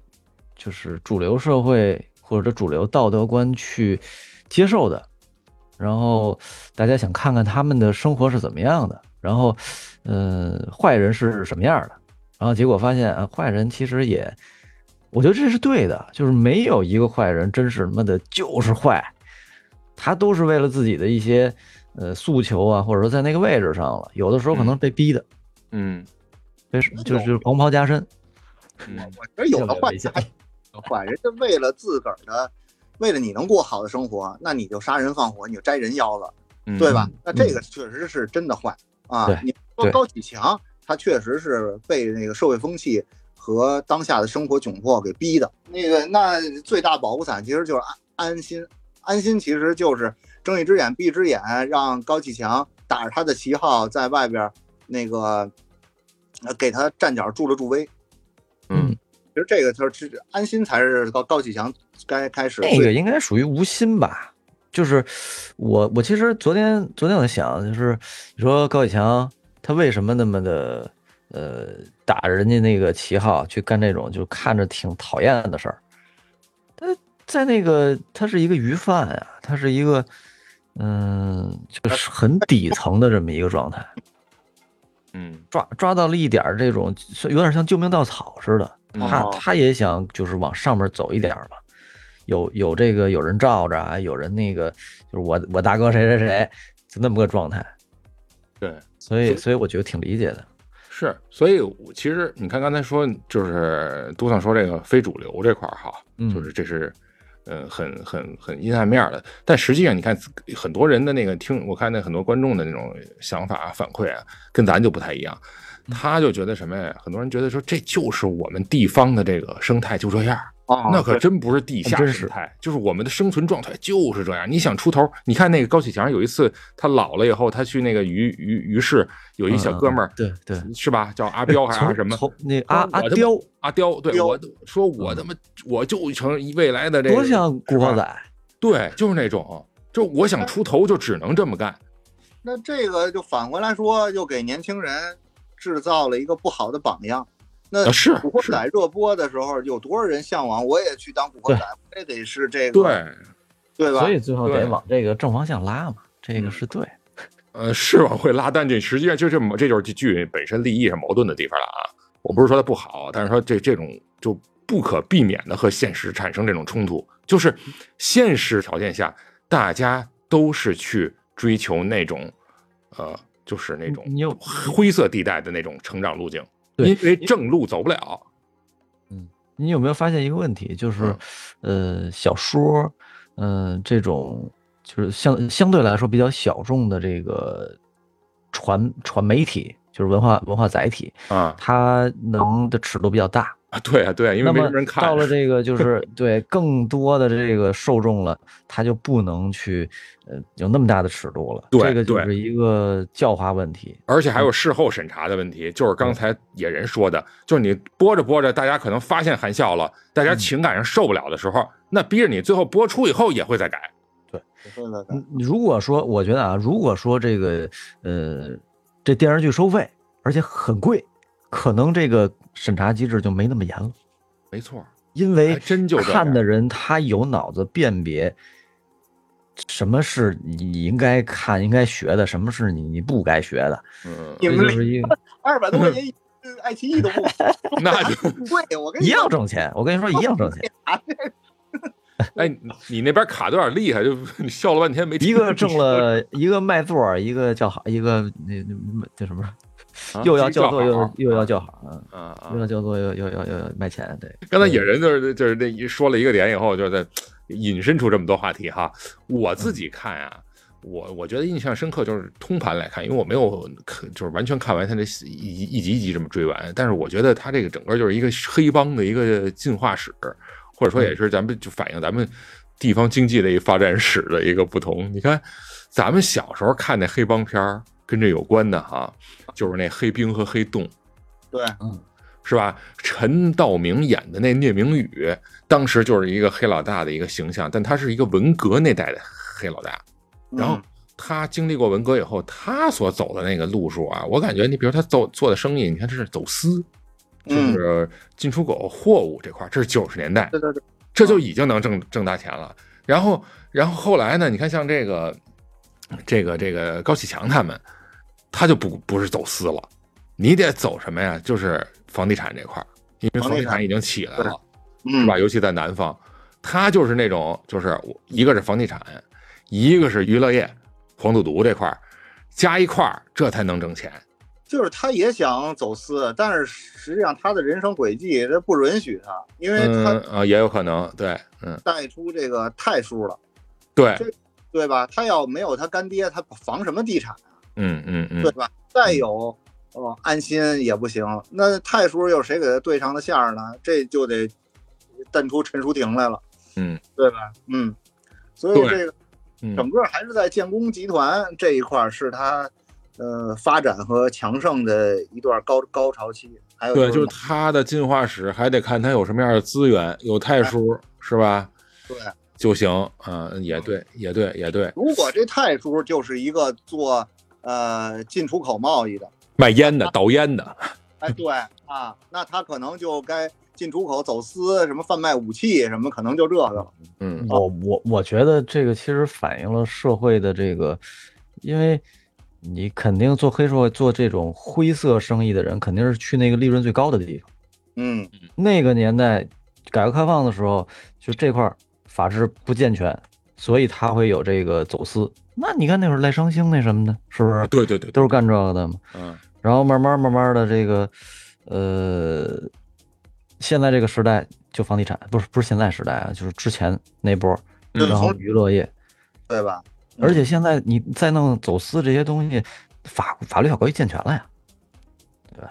[SPEAKER 6] 就是主流社会或者主流道德观去接受的，然后大家想看看他们的生活是怎么样的，然后，呃，坏人是什么样的，然后结果发现啊，坏人其实也，我觉得这是对的，就是没有一个坏人真是他妈的就是坏，他都是为了自己的一些呃诉求啊，或者说在那个位置上了，有的时候可能被逼的，
[SPEAKER 5] 嗯
[SPEAKER 6] 被就是就是黄袍加身。
[SPEAKER 5] 嗯
[SPEAKER 2] 我觉得有的
[SPEAKER 6] 这个
[SPEAKER 2] 话
[SPEAKER 6] 危险
[SPEAKER 2] 坏，人家为了自个儿的，为了你能过好的生活，那你就杀人放火，你就摘人腰子，
[SPEAKER 5] 嗯，
[SPEAKER 2] 对吧？那这个确实是真的坏啊
[SPEAKER 6] 对！
[SPEAKER 2] 你说
[SPEAKER 6] 对
[SPEAKER 2] 高启强，他确实是被那个社会风气和当下的生活窘迫给逼的。那个那最大保护伞其实就是安安心，安心其实就是睁一只眼闭一只眼，让高启强打着他的旗号在外边儿那个呃给他站脚助了助威。
[SPEAKER 5] 嗯
[SPEAKER 2] 其实这个就是安心才是高高启强该开始
[SPEAKER 6] 那个应该属于无心吧？就是我我其实昨天昨天我在想，就是你说高启强他为什么那么的呃打着人家那个旗号去干这种就看着挺讨厌的事儿？他在那个他是一个鱼贩啊，他是一个嗯、就是很底层的这么一个状态，
[SPEAKER 5] 嗯
[SPEAKER 6] 抓抓到了一点儿这种有点像救命稻草似的，
[SPEAKER 5] 嗯
[SPEAKER 6] 他
[SPEAKER 5] 啊
[SPEAKER 2] 哦
[SPEAKER 6] 他也想就是往上面走一点儿嘛，有有这个有人罩着啊，有人那个就是我我大哥谁谁谁，就那么个状态，
[SPEAKER 5] 对。
[SPEAKER 6] 所以所以我觉得挺理解的，
[SPEAKER 5] 是，所以我其实你看刚才说，就是都想说这个非主流这块儿哈，
[SPEAKER 6] 嗯
[SPEAKER 5] 就是这是，呃，很很很阴暗面儿的。但实际上，你看很多人的那个听，我看那很多观众的那种想法啊反馈啊，跟咱就不太一样。
[SPEAKER 6] 嗯
[SPEAKER 5] 他就觉得什么呀？很多人觉得说这就是我们地方的这个生态就这样儿，
[SPEAKER 2] 啊，
[SPEAKER 5] 那可真不是地下
[SPEAKER 6] 真
[SPEAKER 5] 生
[SPEAKER 6] 是
[SPEAKER 5] 态，就是我们的生存状态就是这样。你想出头，你看那个高启强有一次他老了以后，他去那个鱼鱼鱼市有一小哥们儿，
[SPEAKER 6] 嗯对对，
[SPEAKER 5] 是吧？叫阿彪还是阿
[SPEAKER 6] 从
[SPEAKER 5] 什么？
[SPEAKER 6] 从那阿
[SPEAKER 5] 我
[SPEAKER 6] 阿
[SPEAKER 5] 他妈
[SPEAKER 6] 刁，
[SPEAKER 5] 阿刁，对
[SPEAKER 2] 彪
[SPEAKER 5] 我都说，我他妈我就成一未来的这个，
[SPEAKER 6] 多像古惑
[SPEAKER 5] 是吧，
[SPEAKER 6] 仔，
[SPEAKER 5] 对，就是那种，就我想出头就只能这么干，
[SPEAKER 2] 那这个就反过来说，又给年轻人制造了一个不好的榜样。那
[SPEAKER 5] 啊是
[SPEAKER 2] 古惑
[SPEAKER 5] 是
[SPEAKER 2] 仔热播的时候，有多少人向往？我也去当古惑仔，我也得是这个，
[SPEAKER 5] 对，
[SPEAKER 2] 对吧？
[SPEAKER 6] 所以最后得
[SPEAKER 5] 对
[SPEAKER 6] 往这个正方向拉嘛，这个
[SPEAKER 5] 嗯
[SPEAKER 6] 是对，
[SPEAKER 5] 呃，是往回拉，但这实际上就是这就是剧本身立意上矛盾的地方了啊。我不是说它不好，啊但是说这这种就不可避免的和现实产生这种冲突，就是现实条件下，大家都是去追求那种，呃，就是那种
[SPEAKER 6] 你有
[SPEAKER 5] 灰色地带的那种成长路径，
[SPEAKER 6] 对
[SPEAKER 5] 因为正路走不了。
[SPEAKER 6] 你有没有发现一个问题？就是，呃，小说，嗯、这种就是相相对来说比较小众的这个传传媒体，就是文化文化载体，
[SPEAKER 5] 啊
[SPEAKER 6] 它能的尺度比较大。
[SPEAKER 5] 啊，对啊对啊，因为
[SPEAKER 6] 那
[SPEAKER 5] 没
[SPEAKER 6] 么
[SPEAKER 5] 什么人看。
[SPEAKER 6] 到了这个就是 对更多的这个受众了，他就不能去呃有那么大的尺度了。
[SPEAKER 5] 对
[SPEAKER 6] 这个就
[SPEAKER 5] 对
[SPEAKER 6] 是一个教化问题。
[SPEAKER 5] 而且还有事后审查的问题，就是
[SPEAKER 6] 嗯
[SPEAKER 5] 刚才野人说的，就是你播着播着，大家可能发现含笑了，大家情感上受不了的时候，那逼着你最后播出以后也会再改。
[SPEAKER 2] 对对对
[SPEAKER 6] 嗯如果说我觉得啊，如果说这个呃，这电视剧收费而且很贵，可能这个审查机制就没那么严了，
[SPEAKER 5] 没错，
[SPEAKER 6] 因为
[SPEAKER 5] 还哎真就这样
[SPEAKER 6] 看的人他有脑子辨别什么是你应该看、应该学的，什么是你你不该学的，
[SPEAKER 5] 嗯，
[SPEAKER 2] 你
[SPEAKER 6] 这
[SPEAKER 2] 们
[SPEAKER 6] 就是一 个
[SPEAKER 2] 二百多块钱一，呃爱奇艺都不
[SPEAKER 5] 那就
[SPEAKER 2] 贵。我跟你
[SPEAKER 6] 一样
[SPEAKER 2] 说，
[SPEAKER 6] 挣钱。我跟你说，一样挣钱。
[SPEAKER 5] 哎，你你那边卡的有点厉害，就你笑了半天没听
[SPEAKER 6] 一个挣了，一个卖座儿，一个叫好，一个那那叫什么？
[SPEAKER 5] 啊
[SPEAKER 6] 又要叫
[SPEAKER 5] 叫
[SPEAKER 6] 座，又
[SPEAKER 5] 好
[SPEAKER 6] 又要叫好，嗯，
[SPEAKER 5] 啊啊
[SPEAKER 6] 又！要叫座，又又又又要卖钱，对。
[SPEAKER 5] 刚才野人就是就是那一说了一个点以后，就在引申出这么多话题哈。我自己看啊，我我觉得印象深刻就是通盘来看，因为我没有看就是完全看完他这一一一集一集这么追完，但是我觉得他这个整个就是一个黑帮的一个进化史，或者说也是咱们就反映咱们地方经济的一个发展史的一个不同。你看，咱们小时候看那黑帮片儿跟这有关的哈，就是那黑冰和黑洞。
[SPEAKER 2] 对，
[SPEAKER 5] 是吧？陈道明演的那聂明宇，当时就是一个黑老大的一个形象，但他是一个文革那代的黑老大。然后
[SPEAKER 2] 嗯
[SPEAKER 5] 他经历过文革以后，他所走的那个路数啊，我感觉你比如他做做的生意，你看这是走私，就
[SPEAKER 2] 嗯
[SPEAKER 5] 是进出口货物这块儿，这是九十年代，
[SPEAKER 2] 对对对，
[SPEAKER 5] 这
[SPEAKER 2] 嗯
[SPEAKER 5] 就已经能挣挣大钱了。然后，然后后来呢？你看，像这个，这个，这个高启强他们，他就不不是走私了，你得走什么呀？就是房地产这块儿，因为
[SPEAKER 2] 房
[SPEAKER 5] 房
[SPEAKER 2] 地
[SPEAKER 5] 地
[SPEAKER 2] 产
[SPEAKER 5] 产已经起来了，
[SPEAKER 2] 嗯
[SPEAKER 5] 是吧？尤其在南方，他就是那种，就是我一个是房地产，一个是娱乐业、黄赌毒这块儿，加一块儿，这才能挣钱。
[SPEAKER 2] 就是他也想走私，但是实际上他的人生轨迹他不允许他，因为
[SPEAKER 5] 嗯
[SPEAKER 2] 他
[SPEAKER 5] 啊，也有可能，对，嗯，
[SPEAKER 2] 带出这个太叔了，
[SPEAKER 5] 对，
[SPEAKER 2] 对吧？他要没有他干爹，他防什么地产啊，
[SPEAKER 5] 嗯嗯嗯
[SPEAKER 2] 对，吧？再有，哦，安心也不行。那太叔又谁给他对上的线儿呢？这就得淡出陈淑婷来了，
[SPEAKER 5] 嗯，
[SPEAKER 2] 对吧？嗯，所以
[SPEAKER 5] 对
[SPEAKER 2] 这个
[SPEAKER 5] 嗯
[SPEAKER 2] 整个还是在建工集团这一块儿是他呃发展和强盛的一段高高潮期，还有
[SPEAKER 5] 对，
[SPEAKER 2] 就
[SPEAKER 5] 就是是他的进化史还得看他有什么样的资源，有
[SPEAKER 2] 哎
[SPEAKER 5] 太叔是吧
[SPEAKER 2] 对。
[SPEAKER 5] 就行，嗯、也对，
[SPEAKER 2] 哦
[SPEAKER 5] 也对，也对，
[SPEAKER 2] 如果这太叔就是一个做呃进出口贸易的，
[SPEAKER 5] 卖烟
[SPEAKER 2] 啊
[SPEAKER 5] 的、倒烟的，
[SPEAKER 2] 哎，对啊，那他可能就该进出口走私，什么贩卖武器什么，可能就这个了。
[SPEAKER 5] 嗯
[SPEAKER 6] 我
[SPEAKER 2] 哦
[SPEAKER 6] 哦我我觉得这个其实反映了社会的这个，因为你肯定做黑社会做这种灰色生意的人，肯定是去那个利润最高的地方。
[SPEAKER 2] 嗯，
[SPEAKER 6] 那个年代，改革开放的时候，就这块儿法制不健全，所以他会有这个走私。那你看那会儿赖昌星那什么的，是不是
[SPEAKER 5] 对对对，
[SPEAKER 6] 都是干这个的嘛？
[SPEAKER 5] 嗯
[SPEAKER 6] 然后慢慢慢慢的这个，呃，现在这个时代就房地产不是不是现在时代啊，就是之前那波儿，
[SPEAKER 5] 嗯
[SPEAKER 6] 然后娱乐业，
[SPEAKER 2] 对吧？
[SPEAKER 6] 而且现在你再弄走私这些东西，法法律法规健全了呀。
[SPEAKER 5] 哎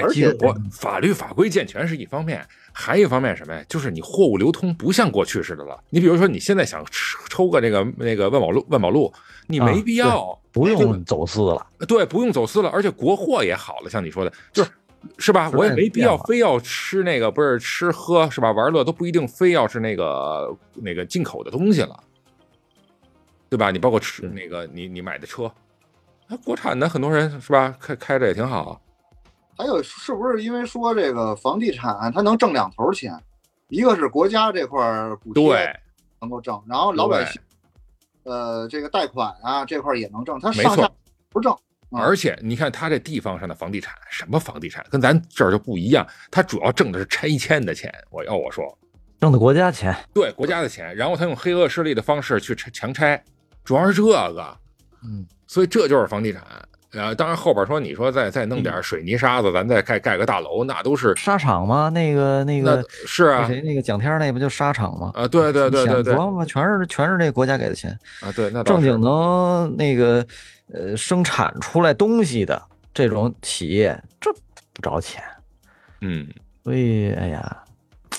[SPEAKER 2] 而
[SPEAKER 5] 其实
[SPEAKER 2] 且嗯
[SPEAKER 5] 我法律法规健全是一方面，还一方面什么呀？就是你货物流通不像过去似的了。你比如说，你现在想抽抽个这个那个万宝路，万宝路，你
[SPEAKER 6] 啊
[SPEAKER 5] 没必要，
[SPEAKER 6] 不
[SPEAKER 5] 哎
[SPEAKER 6] 用走私了，
[SPEAKER 5] 对不用走私了，而且国货也好了，像你说的，就是是吧？
[SPEAKER 6] 时代
[SPEAKER 5] 我也没必
[SPEAKER 6] 变
[SPEAKER 5] 要
[SPEAKER 6] 了
[SPEAKER 5] 非要吃那个，不是吃喝是吧？玩乐都不一定非要是那个那个进口的东西了，对吧？你包括吃那个你你买的车，啊，国产的很多人是吧？开开着也挺好，
[SPEAKER 2] 还有是不是因为说这个房地产它能挣两头钱，一个是国家这块儿补
[SPEAKER 5] 对
[SPEAKER 2] 贴。能够挣，然后老百姓呃这个贷款啊这块儿也能挣，它
[SPEAKER 5] 没
[SPEAKER 2] 上
[SPEAKER 5] 错
[SPEAKER 2] 下不挣。嗯
[SPEAKER 5] 而且你看他这地方上的房地产，什么房地产跟咱这儿就不一样，他主要挣的是拆迁的钱。我要我说，
[SPEAKER 6] 挣的国家钱。
[SPEAKER 5] 对国家的钱，然后他用黑恶势力的方式去拆强拆，主要是这个，
[SPEAKER 6] 嗯，
[SPEAKER 5] 所以这就是房地产。呃，当然后边说你说再再弄
[SPEAKER 6] 嗯
[SPEAKER 5] 点水泥沙子，咱再盖盖个大楼，那都是
[SPEAKER 6] 沙场吗？那个那
[SPEAKER 5] 那
[SPEAKER 6] 个
[SPEAKER 5] 是
[SPEAKER 6] 那
[SPEAKER 5] 啊
[SPEAKER 6] 谁那个蒋天儿那不就沙场吗？
[SPEAKER 5] 啊，对对对对对
[SPEAKER 6] 琢磨全是全是这国家给的钱，
[SPEAKER 5] 啊，对那倒
[SPEAKER 6] 正
[SPEAKER 5] 是
[SPEAKER 6] 经能那个呃生产出来东西的这种企业，这不着钱。
[SPEAKER 5] 嗯，
[SPEAKER 6] 所以哎呀，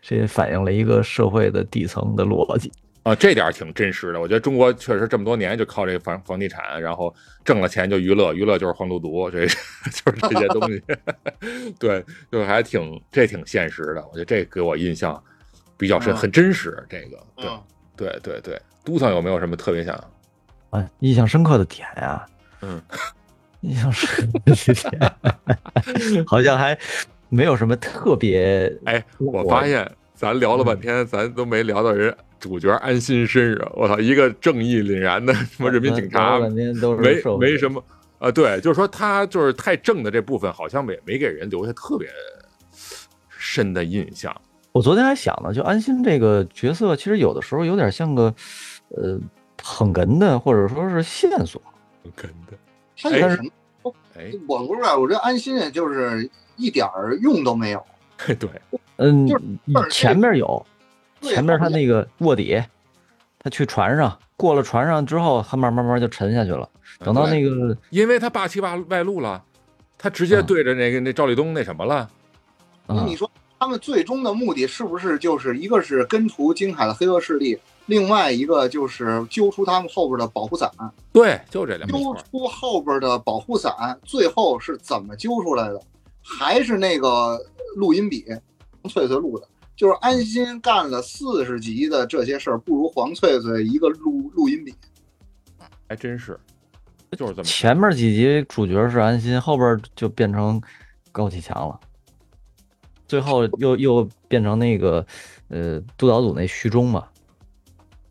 [SPEAKER 6] 这也反映了一个社会的底层的逻辑。
[SPEAKER 5] 啊，这点儿挺真实的。我觉得中国确实这么多年就靠这房房地产，然后挣了钱就娱乐，娱乐就是黄赌毒，这 就是这些东西。 对，就是还挺这挺现实的。我觉得这给我印象比较深，
[SPEAKER 2] 嗯
[SPEAKER 5] 很真实。这个，对、
[SPEAKER 2] 嗯，
[SPEAKER 5] 对对对，都上有没有什么特别想？
[SPEAKER 6] 啊，印象深刻的点呀、
[SPEAKER 5] 嗯，
[SPEAKER 6] 印象深刻的点， 好像还没有什么特别。
[SPEAKER 5] 哎，我
[SPEAKER 6] 我
[SPEAKER 5] 发现咱聊了半天，咱都没聊到人主角安心身上。我操，一个正义凛然的什么人民警
[SPEAKER 6] 聊
[SPEAKER 5] 察，
[SPEAKER 6] 了半天呃都是
[SPEAKER 5] 没
[SPEAKER 6] 社会
[SPEAKER 5] 没什么啊、对，就是说他就是太正的这部分，好像没没给人留下特别深的印象。
[SPEAKER 6] 我昨天还想呢，就安心这个角色，其实有的时候有点像个，呃，捧哏的，或者说是线索。
[SPEAKER 5] 真的，
[SPEAKER 2] 它有什么？
[SPEAKER 5] 哎，
[SPEAKER 2] 我不知道，我这安心也就是一点儿用都没有。
[SPEAKER 5] 哎对，
[SPEAKER 6] 嗯
[SPEAKER 2] 就是，
[SPEAKER 6] 前面有，
[SPEAKER 2] 对
[SPEAKER 6] 前面他
[SPEAKER 2] 好像
[SPEAKER 6] 那个卧底，他去船上，过了船上之后，他慢慢慢就沉下去了。等到那个，
[SPEAKER 5] 因为他霸气外外露了，他直接
[SPEAKER 6] 嗯
[SPEAKER 5] 对着那个、那赵立东那什么了。啊
[SPEAKER 2] 那
[SPEAKER 6] 嗯
[SPEAKER 2] 你说他们最终的目的是不是就是一个是根除金海的黑恶势力，另外一个就是揪出他们后边的保护伞，
[SPEAKER 5] 对，就这两个
[SPEAKER 2] 揪
[SPEAKER 5] 错儿。
[SPEAKER 2] 出后边的保护伞，最后是怎么揪出来的？还是那个录音笔，黄翠翠录的。就是安心干了四十集的这些事儿，不如黄翠翠一个录录音笔。
[SPEAKER 5] 还真是，就是这么说
[SPEAKER 6] 前面几集主角是安心，后边就变成高启强了，最后又又变成那个，呃，督导组那徐忠嘛。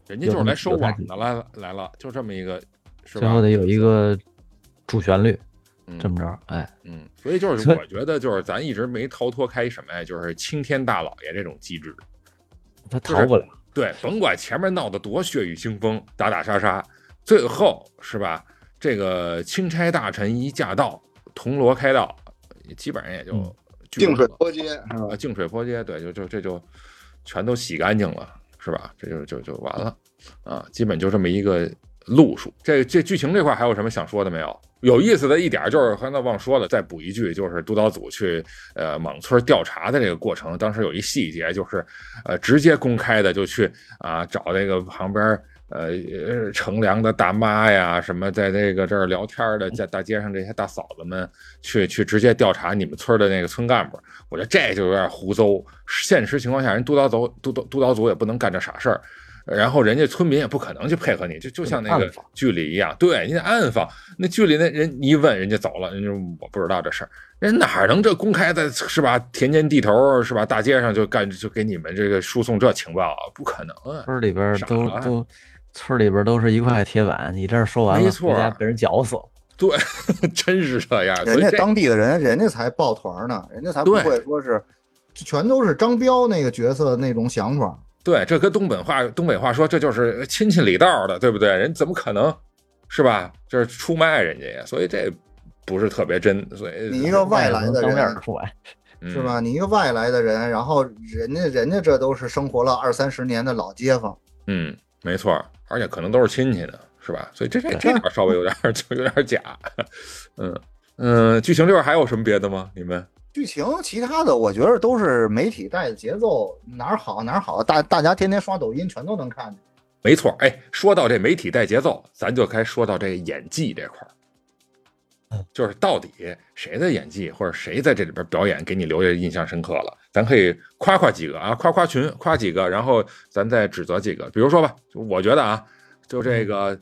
[SPEAKER 5] 人家就是来收
[SPEAKER 6] 有他
[SPEAKER 5] 网的来了来了，就这么一个，是
[SPEAKER 6] 最
[SPEAKER 5] 吧
[SPEAKER 6] 后？得有一个主旋律，
[SPEAKER 5] 嗯
[SPEAKER 6] 这么着，哎，
[SPEAKER 5] 嗯，所以就是
[SPEAKER 6] 所以
[SPEAKER 5] 我觉得就是咱一直没逃脱开什么呀，就是青天大老爷这种机制。哎
[SPEAKER 6] 他逃不了，
[SPEAKER 5] 对，甭管前面闹得多血雨腥风、打打杀杀，最后是吧？这个钦差大臣一驾到，铜锣开道，基本上也就
[SPEAKER 6] 嗯
[SPEAKER 5] 聚拢
[SPEAKER 2] 净水
[SPEAKER 5] 了
[SPEAKER 2] 坡街是吧？
[SPEAKER 5] 啊，净水坡街，对，就就这就全都洗干净了，是吧？这就就就完了啊，基本就这么一个路数。这这剧情这块还有什么想说的没有？有意思的一点就是刚才忘说了，再补一句，就是督导组去呃莽村调查的这个过程，当时有一细节就是，呃，直接公开的就去啊找那个旁边儿呃呃乘凉的大妈呀，什么在那个这儿聊天儿的，在大街上这些大嫂子们去去直接调查你们村儿的那个村干部，我觉得这就有点胡诌。现实情况下，人督导组督导督导组也不能干这傻事儿，然后人家村民也不可能去配合你，就就像那个
[SPEAKER 6] 暗访
[SPEAKER 5] 剧里一样，对你得暗访。那剧里那人你一问人家走了，人家说嗯我不知道这事儿，人哪儿能这公开在是吧田间地头是吧大街上就干就给你们这个输送这情报啊，不可能啊！
[SPEAKER 6] 村儿里边儿
[SPEAKER 5] 傻
[SPEAKER 6] 都
[SPEAKER 5] 了
[SPEAKER 6] 都，村儿里边儿都是一块铁板，你这儿说完了，
[SPEAKER 5] 没
[SPEAKER 6] 回
[SPEAKER 5] 错
[SPEAKER 6] 家
[SPEAKER 5] 儿
[SPEAKER 6] 被人绞死了。
[SPEAKER 5] 对， 真是这样。呃所
[SPEAKER 7] 人
[SPEAKER 5] 以
[SPEAKER 7] 家
[SPEAKER 5] 这
[SPEAKER 7] 当地的人，人家才抱团呢，人家才不
[SPEAKER 5] 对
[SPEAKER 7] 会说是，全都是张彪那个角色那种想法。
[SPEAKER 5] 对，这跟东北话东北话说，这就是亲戚里道的，对不对？人怎么可能是吧？这是出卖人家呀，所以这不是特别真。所以
[SPEAKER 7] 你一个外来的
[SPEAKER 6] 当面
[SPEAKER 7] 人
[SPEAKER 6] 儿出来，
[SPEAKER 5] 嗯
[SPEAKER 7] 是吧？你一个外来的人，然后人家人家这都是生活了二三十年的老街坊，
[SPEAKER 5] 嗯，没错儿，而且可能都是亲戚呢，是吧？所以这这这点儿稍微有点儿 就有点儿假。嗯嗯，剧情这块儿还有什么别的吗？你们
[SPEAKER 7] 剧情其他的我觉得都是媒体带的节奏，哪儿好哪儿好，大大家天天刷抖音全都能看见。
[SPEAKER 5] 没错儿。哎，说到这媒体带节奏，咱就该说到这演技这块儿。就是到底谁的演技或者谁在这里边表演给你留下印象深刻了，咱可以夸夸几个啊，夸夸群，夸几个，然后咱再指责几个。比如说吧，就我觉得啊，就这个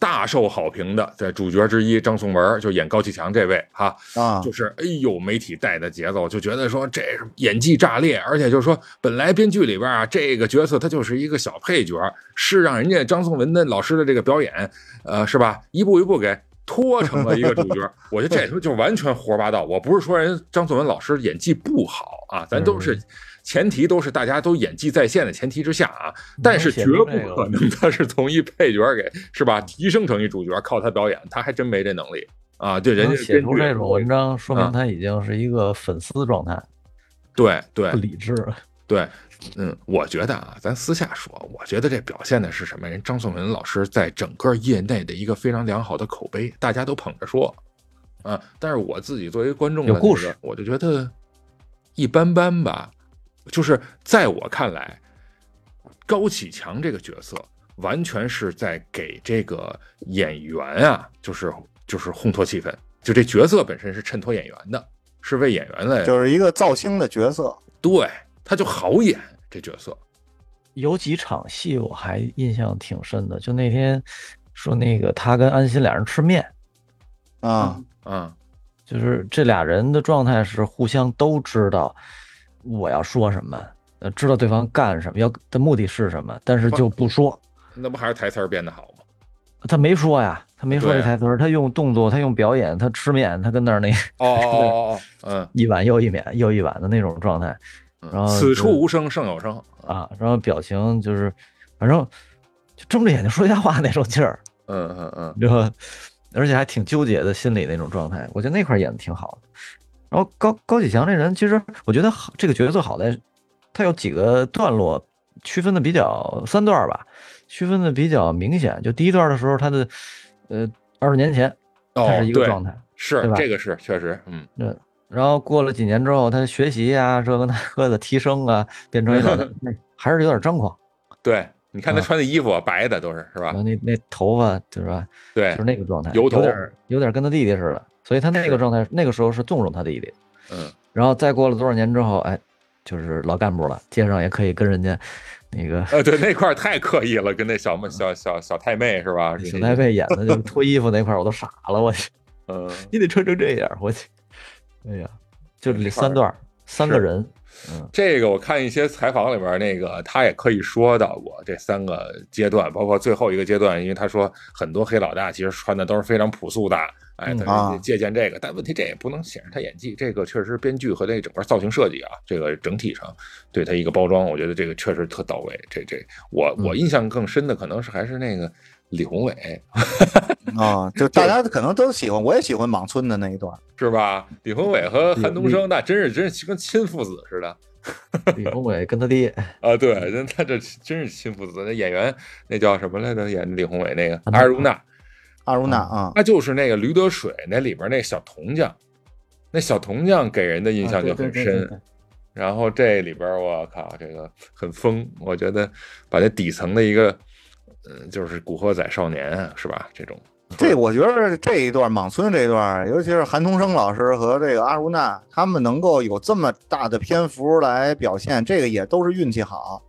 [SPEAKER 5] 大受好评的，在主角之一张颂文，就演高启强这位哈、
[SPEAKER 7] 啊
[SPEAKER 5] 就是哎呦，媒体带的节奏，就觉得说这是演技炸裂，而且就是说，本来编剧里边啊，这个角色他就是一个小配角，是让人家张颂文的老师的这个表演，呃，是吧？一步一步给拖成了一个主角。我觉得这他妈就完全胡说八道。我不是说人呃张颂文老师演技不好
[SPEAKER 6] 嗯
[SPEAKER 5] 啊，咱都是。前提都是大家都演技在线的前提之下啊，
[SPEAKER 6] 嗯
[SPEAKER 5] 但是绝不可能他是从一配角给是吧提升成一主角，靠他表演，他还真没这能力啊。对人
[SPEAKER 6] 能
[SPEAKER 5] 家
[SPEAKER 6] 写
[SPEAKER 5] 编
[SPEAKER 6] 出
[SPEAKER 5] 剧
[SPEAKER 6] 这
[SPEAKER 5] 也
[SPEAKER 6] 种
[SPEAKER 5] 不会
[SPEAKER 6] 文章，说明
[SPEAKER 5] 嗯
[SPEAKER 6] 他已经是一个粉丝状态，
[SPEAKER 5] 对对
[SPEAKER 6] 不理智了。
[SPEAKER 5] 对，嗯，我觉得啊，咱私下说，我觉得这表现的是什么？人张颂文老师在整个业内的一个非常良好的口碑，大家都捧着说啊。但是我自己作为观众的、
[SPEAKER 6] 有
[SPEAKER 5] 那个，
[SPEAKER 6] 故事
[SPEAKER 5] 我就觉得一般般吧。就是在我看来，高启强这个角色完全是在给这个演员啊，就是就是烘托气氛，就这角色本身是衬托演员的，是为演员来
[SPEAKER 7] 就是一个造星的角色，
[SPEAKER 5] 对，他就好演这角色。
[SPEAKER 6] 有几场戏我还印象挺深的，就那天说那个他跟安心俩人吃面，
[SPEAKER 7] 啊，
[SPEAKER 5] 啊，
[SPEAKER 6] 就是这俩人的状态是互相都知道我要说什么，呃，知道对方干什么，要的目的是什么，但是就不说。
[SPEAKER 5] 那不还是台词儿编得好吗？
[SPEAKER 6] 他没说呀，他没说
[SPEAKER 5] 对
[SPEAKER 6] 这
[SPEAKER 5] 啊
[SPEAKER 6] 台词儿，他用动作，他用表演，他吃面，他跟那儿 那
[SPEAKER 5] 哦哦哦哦，
[SPEAKER 6] 一碗又一碗又一碗的那种状态
[SPEAKER 5] 嗯
[SPEAKER 6] 然后
[SPEAKER 5] 嗯，此处无声胜有声，
[SPEAKER 6] 啊，然后表情就是，反正就睁着眼睛说瞎话那种劲儿，
[SPEAKER 5] 嗯嗯嗯，
[SPEAKER 6] 你知道吧，而且还挺纠结的心理那种状态。我觉得那块儿演的挺好的。然后高高启强这人，其实我觉得好，这个角色好在，他有几个段落区分的比较三段儿吧，区分的比较明显。就第一段的时候，他的呃二十年前他
[SPEAKER 5] 哦，
[SPEAKER 6] 是一个
[SPEAKER 5] 对
[SPEAKER 6] 状态，对
[SPEAKER 5] 是
[SPEAKER 6] 吧
[SPEAKER 5] 这个是确实，嗯，
[SPEAKER 6] 然后过了几年之后，他学习啊，这个那个的提升啊，变成一 老那还是有点张
[SPEAKER 5] 啊
[SPEAKER 6] 狂。
[SPEAKER 5] 对，你看他
[SPEAKER 6] 啊
[SPEAKER 5] 穿的衣服白的都是是吧
[SPEAKER 6] 然后？那那头发就是吧，
[SPEAKER 5] 对
[SPEAKER 6] 嗯就是，那个状态，
[SPEAKER 5] 油头
[SPEAKER 6] 有点儿有点儿跟他弟弟似的。所以他那
[SPEAKER 5] 是
[SPEAKER 6] 个状态，那个时候是纵容他弟弟。
[SPEAKER 5] 嗯，
[SPEAKER 6] 然后再过了多少年之后，哎，就是老干部了，街上也可以跟人家那个
[SPEAKER 5] 呃，对，那块儿太刻意了，跟那小妹小小小太妹是吧？
[SPEAKER 6] 小太，妹演的，就是脱衣服那块儿，我都傻了，我去，
[SPEAKER 5] 嗯，
[SPEAKER 6] 你得穿成这样，我去，哎呀，就
[SPEAKER 5] 这
[SPEAKER 6] 里
[SPEAKER 5] 块儿
[SPEAKER 6] 三段儿，三个
[SPEAKER 5] 是
[SPEAKER 6] 人，
[SPEAKER 5] 这个我看一些采访里边儿那个，他也刻意说到过这三个阶段，包括最后一个阶段，因为他说很多黑老大其实穿的都是非常朴素的，啊、哎，
[SPEAKER 6] 嗯
[SPEAKER 5] 他
[SPEAKER 2] 啊
[SPEAKER 5] 借鉴这个，但问题这也不能显示他演技，这个确实编剧和这整个造型设计啊，这个整体上对他一个包装，我觉得这个确实特到位。这这，我我印象更深的可能是还是那个李宏伟，
[SPEAKER 7] 嗯
[SPEAKER 2] 啊，就大家可能都喜欢，我也喜欢莽村的那一段。
[SPEAKER 5] 是吧？李宏伟和韩东
[SPEAKER 6] 李
[SPEAKER 5] 升那真是真是跟亲父子似的。
[SPEAKER 6] 李宏伟跟他爹
[SPEAKER 5] 啊，对，那他这真是亲父子。那演员那叫什么来着？演李宏伟那个
[SPEAKER 2] 啊
[SPEAKER 5] 阿如娜，
[SPEAKER 2] 阿如娜
[SPEAKER 7] 嗯
[SPEAKER 2] 啊，
[SPEAKER 5] 那就是那个《驴得水》那里边那小铜匠，那小铜匠给人的 印
[SPEAKER 2] 啊
[SPEAKER 5] 象就很深。然后这里边我靠，这个很疯，我觉得把这底层的一个，嗯，就是古惑仔少年啊是吧？这种
[SPEAKER 2] 这我觉得这一段莽村这一段，尤其是韩童生老师和这个阿如娜，他们能够有这么大的篇幅来表现，这个也都是运气好。